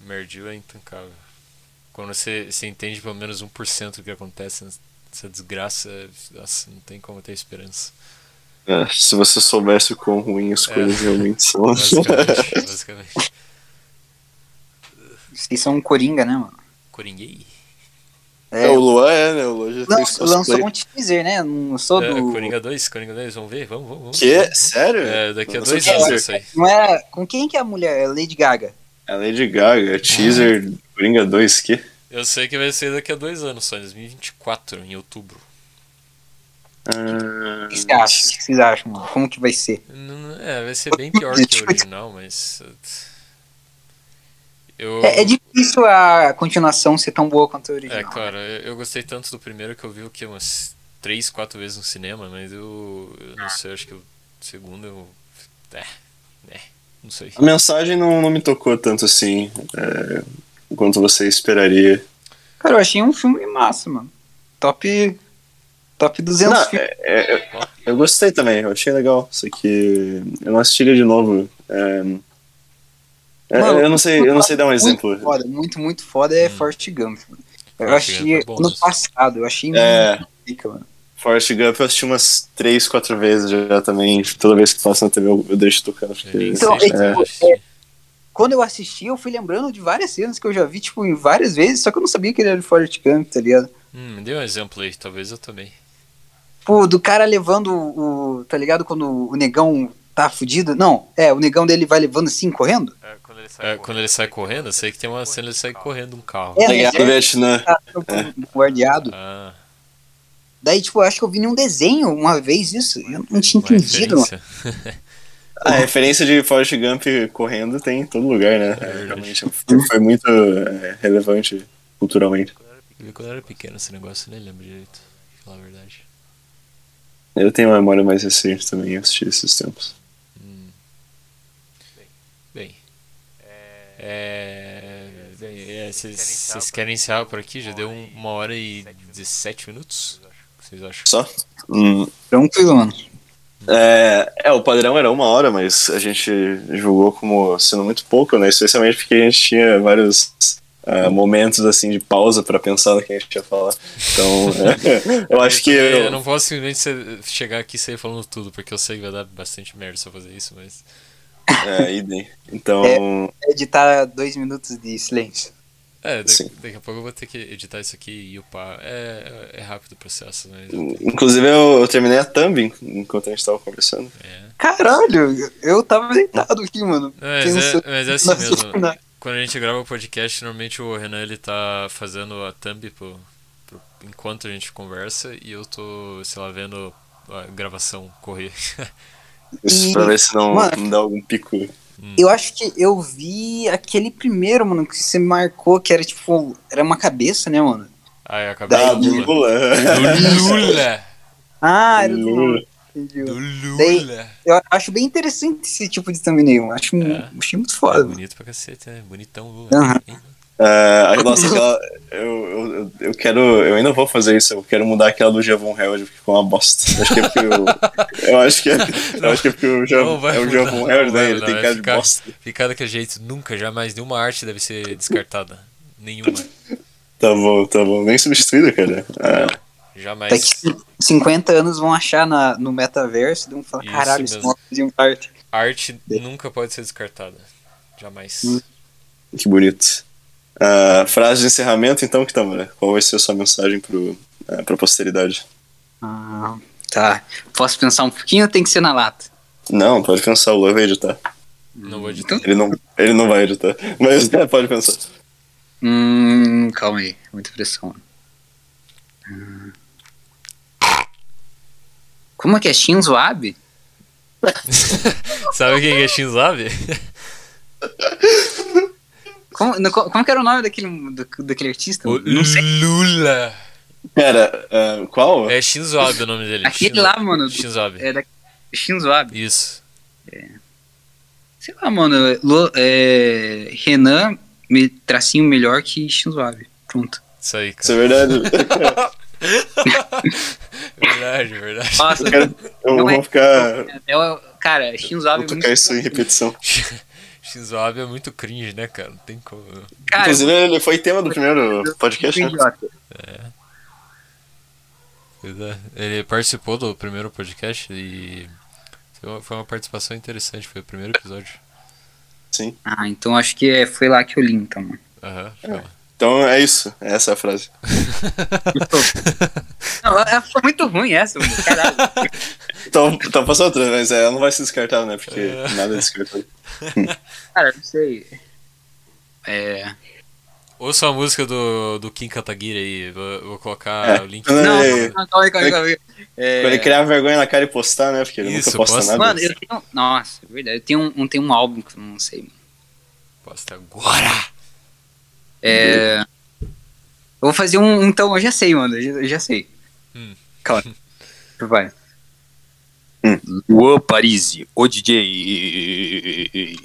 Merdil é intancável. Quando você, você entende pelo menos 1% do que acontece nessa desgraça, é, nossa, não tem como ter esperança.
É, se você soubesse o quão ruim as
É.
coisas realmente são.
Basicamente, basicamente.
Vocês são um coringa, né, mano?
Coringuei?
É, o Luan é, né? O Luan já fez
Lan- lançou
cosplay.
um teaser, né? Não sou
É,
do.
Coringa 2, Coringa 2, vamos ver, vamos, vamos. vamos.
né?
Que? Sério?
É, daqui a
Lançou
dois
teaser.
anos isso aí.
Não era. Com quem que é a mulher? É Lady Gaga.
A Lady Gaga, teaser, Coringa 2, que?
Eu sei que vai ser daqui a dois anos só, em 2024, em outubro.
Ah,
O que vocês acham? O que vocês acham, mano? Como que vai ser?
N- É, vai ser bem pior que o original, mas. uh, Eu.
É, é difícil a continuação ser tão boa quanto a original.
É, cara, eu eu gostei tanto do primeiro que eu vi o que umas três, quatro vezes no cinema, mas eu, eu não sei, acho que o segundo eu. É, é, não sei.
a mensagem não, não me tocou tanto assim é, quanto você esperaria.
Cara, eu achei um filme massa, mano. Top. Top 200
Não,
filmes.
é- é- eu- eu gostei também, eu achei legal. Só que eu não assistiria de novo. é, é,
Mano,
eu não sei, eu não sei dar um
muito
exemplo.
Foda, muito, muito foda é Forrest Gump. mano. Eu
Hum. Forrest Gump
achei
é bom,
no
né?
passado, eu achei
É.
muito pica, mano.
Forrest Gump eu assisti umas três, quatro vezes já também. Toda vez que passa na TV eu, eu deixo tocar. porque-
Eu nem
Então,
sei,
é
né?
tipo, Quando eu assisti, eu fui lembrando de várias cenas que eu já vi, tipo, em várias vezes, só que eu não sabia que ele era de Forrest Gump, tá ligado?
Hum, me dê um exemplo aí, talvez eu também.
Tipo, do cara levando o. Tá ligado? Quando o negão tá fudido. Não, é, o negão dele vai levando assim, correndo.
É, quando ele sai
É, quando ele sai correndo, eu sei que tem uma cena ele sai correndo um carro.
É.
Tá ligado,
mas
Vietnã?
Tá tipo, guardeado.
Ah,
Daí, tipo, eu acho que eu vi num desenho uma vez isso. Eu não tinha
uma
entendido, mano.
referência.
A referência de Forrest Gump correndo tem em todo lugar, né?
É verdade.
Realmente foi muito é, relevante culturalmente.
Eu vi quando eu era pequeno esse negócio, eu nem lembro direito, pra falar a verdade.
Eu tenho uma memória mais recente também, eu assisti esses tempos.
Hum. Bem. É. bem, é, Vocês vocês querem encerrar por aqui? Já deu um- uma hora e 17 minutos? O que Vocês acham?
Só? Hum,
Tranquilo, Então mano.
É, é, o padrão era uma hora, mas a gente julgou como sendo muito pouco, né? Especialmente porque a gente tinha vários ah, momentos assim de pausa pra pensar no que a gente ia falar. Então, é, eu acho que
Eu,
eu-
não posso simplesmente ser- chegar aqui e sair falando tudo, porque eu sei que vai dar bastante merda se eu fazer isso, mas.
é, idem. Então,
Editar dois minutos de silêncio.
É, da-
Sim.
daqui a pouco eu vou ter que editar isso aqui e upar. É, é rápido o processo, mas.
É. Hum. inclusive eu, eu terminei a thumb enquanto a gente tava conversando.
É.
Caralho, eu tava deitado aqui, mano. um
Não, mas, é, mas é assim mesmo. Quando a gente grava o podcast, normalmente o Renan ele tá fazendo a thumb pro, pro- enquanto a gente conversa e eu tô, sei lá, vendo a gravação correr.
Isso,
E-
pra ver se não,
mano.
não dá algum pico.
Hum.
Eu acho que eu vi aquele primeiro, mano, que você marcou, que era tipo. Era uma cabeça, né, mano?
ah, eu acabei
Da
do Lula.
Lula.
Do Lula!
Ah, era do.
Lula.
Entendi.
Do Lula!
Daí- Eu acho bem interessante esse tipo de thumbnail. Acho, mu-
É.
achei muito
É
foda. mano.
bonito pra caceta, né? Bonitão Lula.
Aham.
hein?
É, nossa, aquela. Eu, eu, eu- eu quero. Eu ainda vou fazer isso. Eu quero mudar aquela do Javon Held, porque ficou uma bosta. Eu Acho que é porque eu. Eu acho que é, eu acho que é porque o
Não
Javon,
vai
é o
mudar,
Javon
não
Held,
vai
né? Ele
mudar,
tem
vai
cara de
ficar-
bosta.
Ficar daquele jeito nunca, jamais. Nenhuma arte deve ser descartada. Nenhuma.
Tá bom, tá bom. Nem substituído, cara. É,
Jamais.
Daqui 50 anos vão achar na, no metaverso e vão falar:
Isso
caralho, isso é
mesmo.
uma coisa de um arte.
Arte nunca pode ser descartada. Jamais.
É. Hum.
que bonito. Ah, frase de encerramento, então, Kitamara. Qual vai ser a sua mensagem pro, ah, pra posteridade?
Ah, tá. Posso pensar um pouquinho ou tem que ser na lata?
Não, pode pensar, o Lua vai editar.
Não vou editar.
Então,
Ele não, ele não vai editar. Mas né, pode pensar.
hum, calma aí, muita pressão. Hum. Ah. Como é que é Shinzo Abe? tá.
Sabe quem é Shinzabe?
Como, no- como que era o nome daquele, do- daquele artista?
O
Então,
Hum,
Não sei.
Lula!
Pera, ah, qual?
É Shinzo Abe o nome dele.
Aquele
Shinzo-
lá, mano, do-
Shinzo Abe.
É da, Shinzo Abe.
Isso.
Sei lá, mano. Lu- é, Renan, me- tracinho melhor que Shinzo Abe. Pronto.
Isso aí, cara.
Isso é verdade.
Verdade, verdade.
Nossa,
Eu, quero- eu
Não
vou
é-
ficar.
até o- cara, Shinzo Abe
Vou
é muito
tocar isso em repetição.
Shinzo Abe é muito cringe, né, cara? Não tem como.
Cara,
Inclusive, ele foi tema do primeiro podcast, né?
idiota.
Pois é. Ele participou do primeiro podcast e foi uma- foi uma participação interessante, foi o primeiro episódio.
Sim.
Ah, então acho que é- foi lá que eu li, então. mano.
Aham, foi lá.
Então é isso. Essa é a frase.
Não, ela foi muito ruim essa, mano. Caralho.
Então, então passou outra, mas ela não vai ser descartada, né? Porque
É.
nada é descartado.
Cara, não sei. É.
Ouça a música do, do Kim Kataguiri aí, vou, vou colocar
É.
o link.
Não,
Não,
É.
não, não, calma aí, calma aí, calma aí. É,
Quando ele criar vergonha na cara e postar, né? Porque ele
Isso,
nunca posta
posta.
nada.
Mano, eu tenho. Nossa, é verdade. Eu tenho um, um- tenho um álbum que eu não sei.
Posta agora!
É. Eu vou fazer um. Então, eu já sei, mano. Eu já, eu já sei.
Hum.
Calma. Vai.
Hum.
Luan Parisi, o DJ.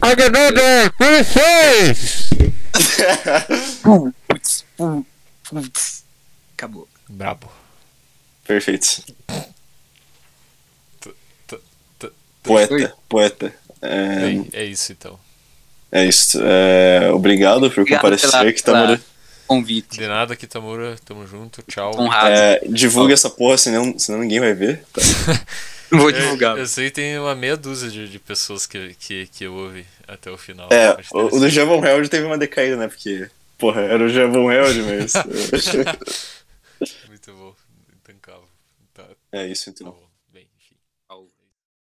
Agnaldo, vocês!
Putz, putz, putz. Acabou.
Brabo.
Perfeito.
tu-
Poeta, poeta. É,
É, é isso então.
é isso. É, obrigado por
Obrigado
comparecer,
pela-
que tá
pela-
mora-
Convite.
De nada, Kitamura, tamo junto, tchau.
Honrado.
É, divulga essa porra, senão, senão ninguém vai ver. Tá.
Não vou divulgar.
Eu, eu sei que tem uma meia dúzia de, de pessoas que, que, que ouve até o final.
É,
Acho
o, o do Javon Held teve uma decaída, né? Porque, porra, era o Javon Held, mas.
Muito bom, intancável. Tá,
é isso,
tá
então.
bom.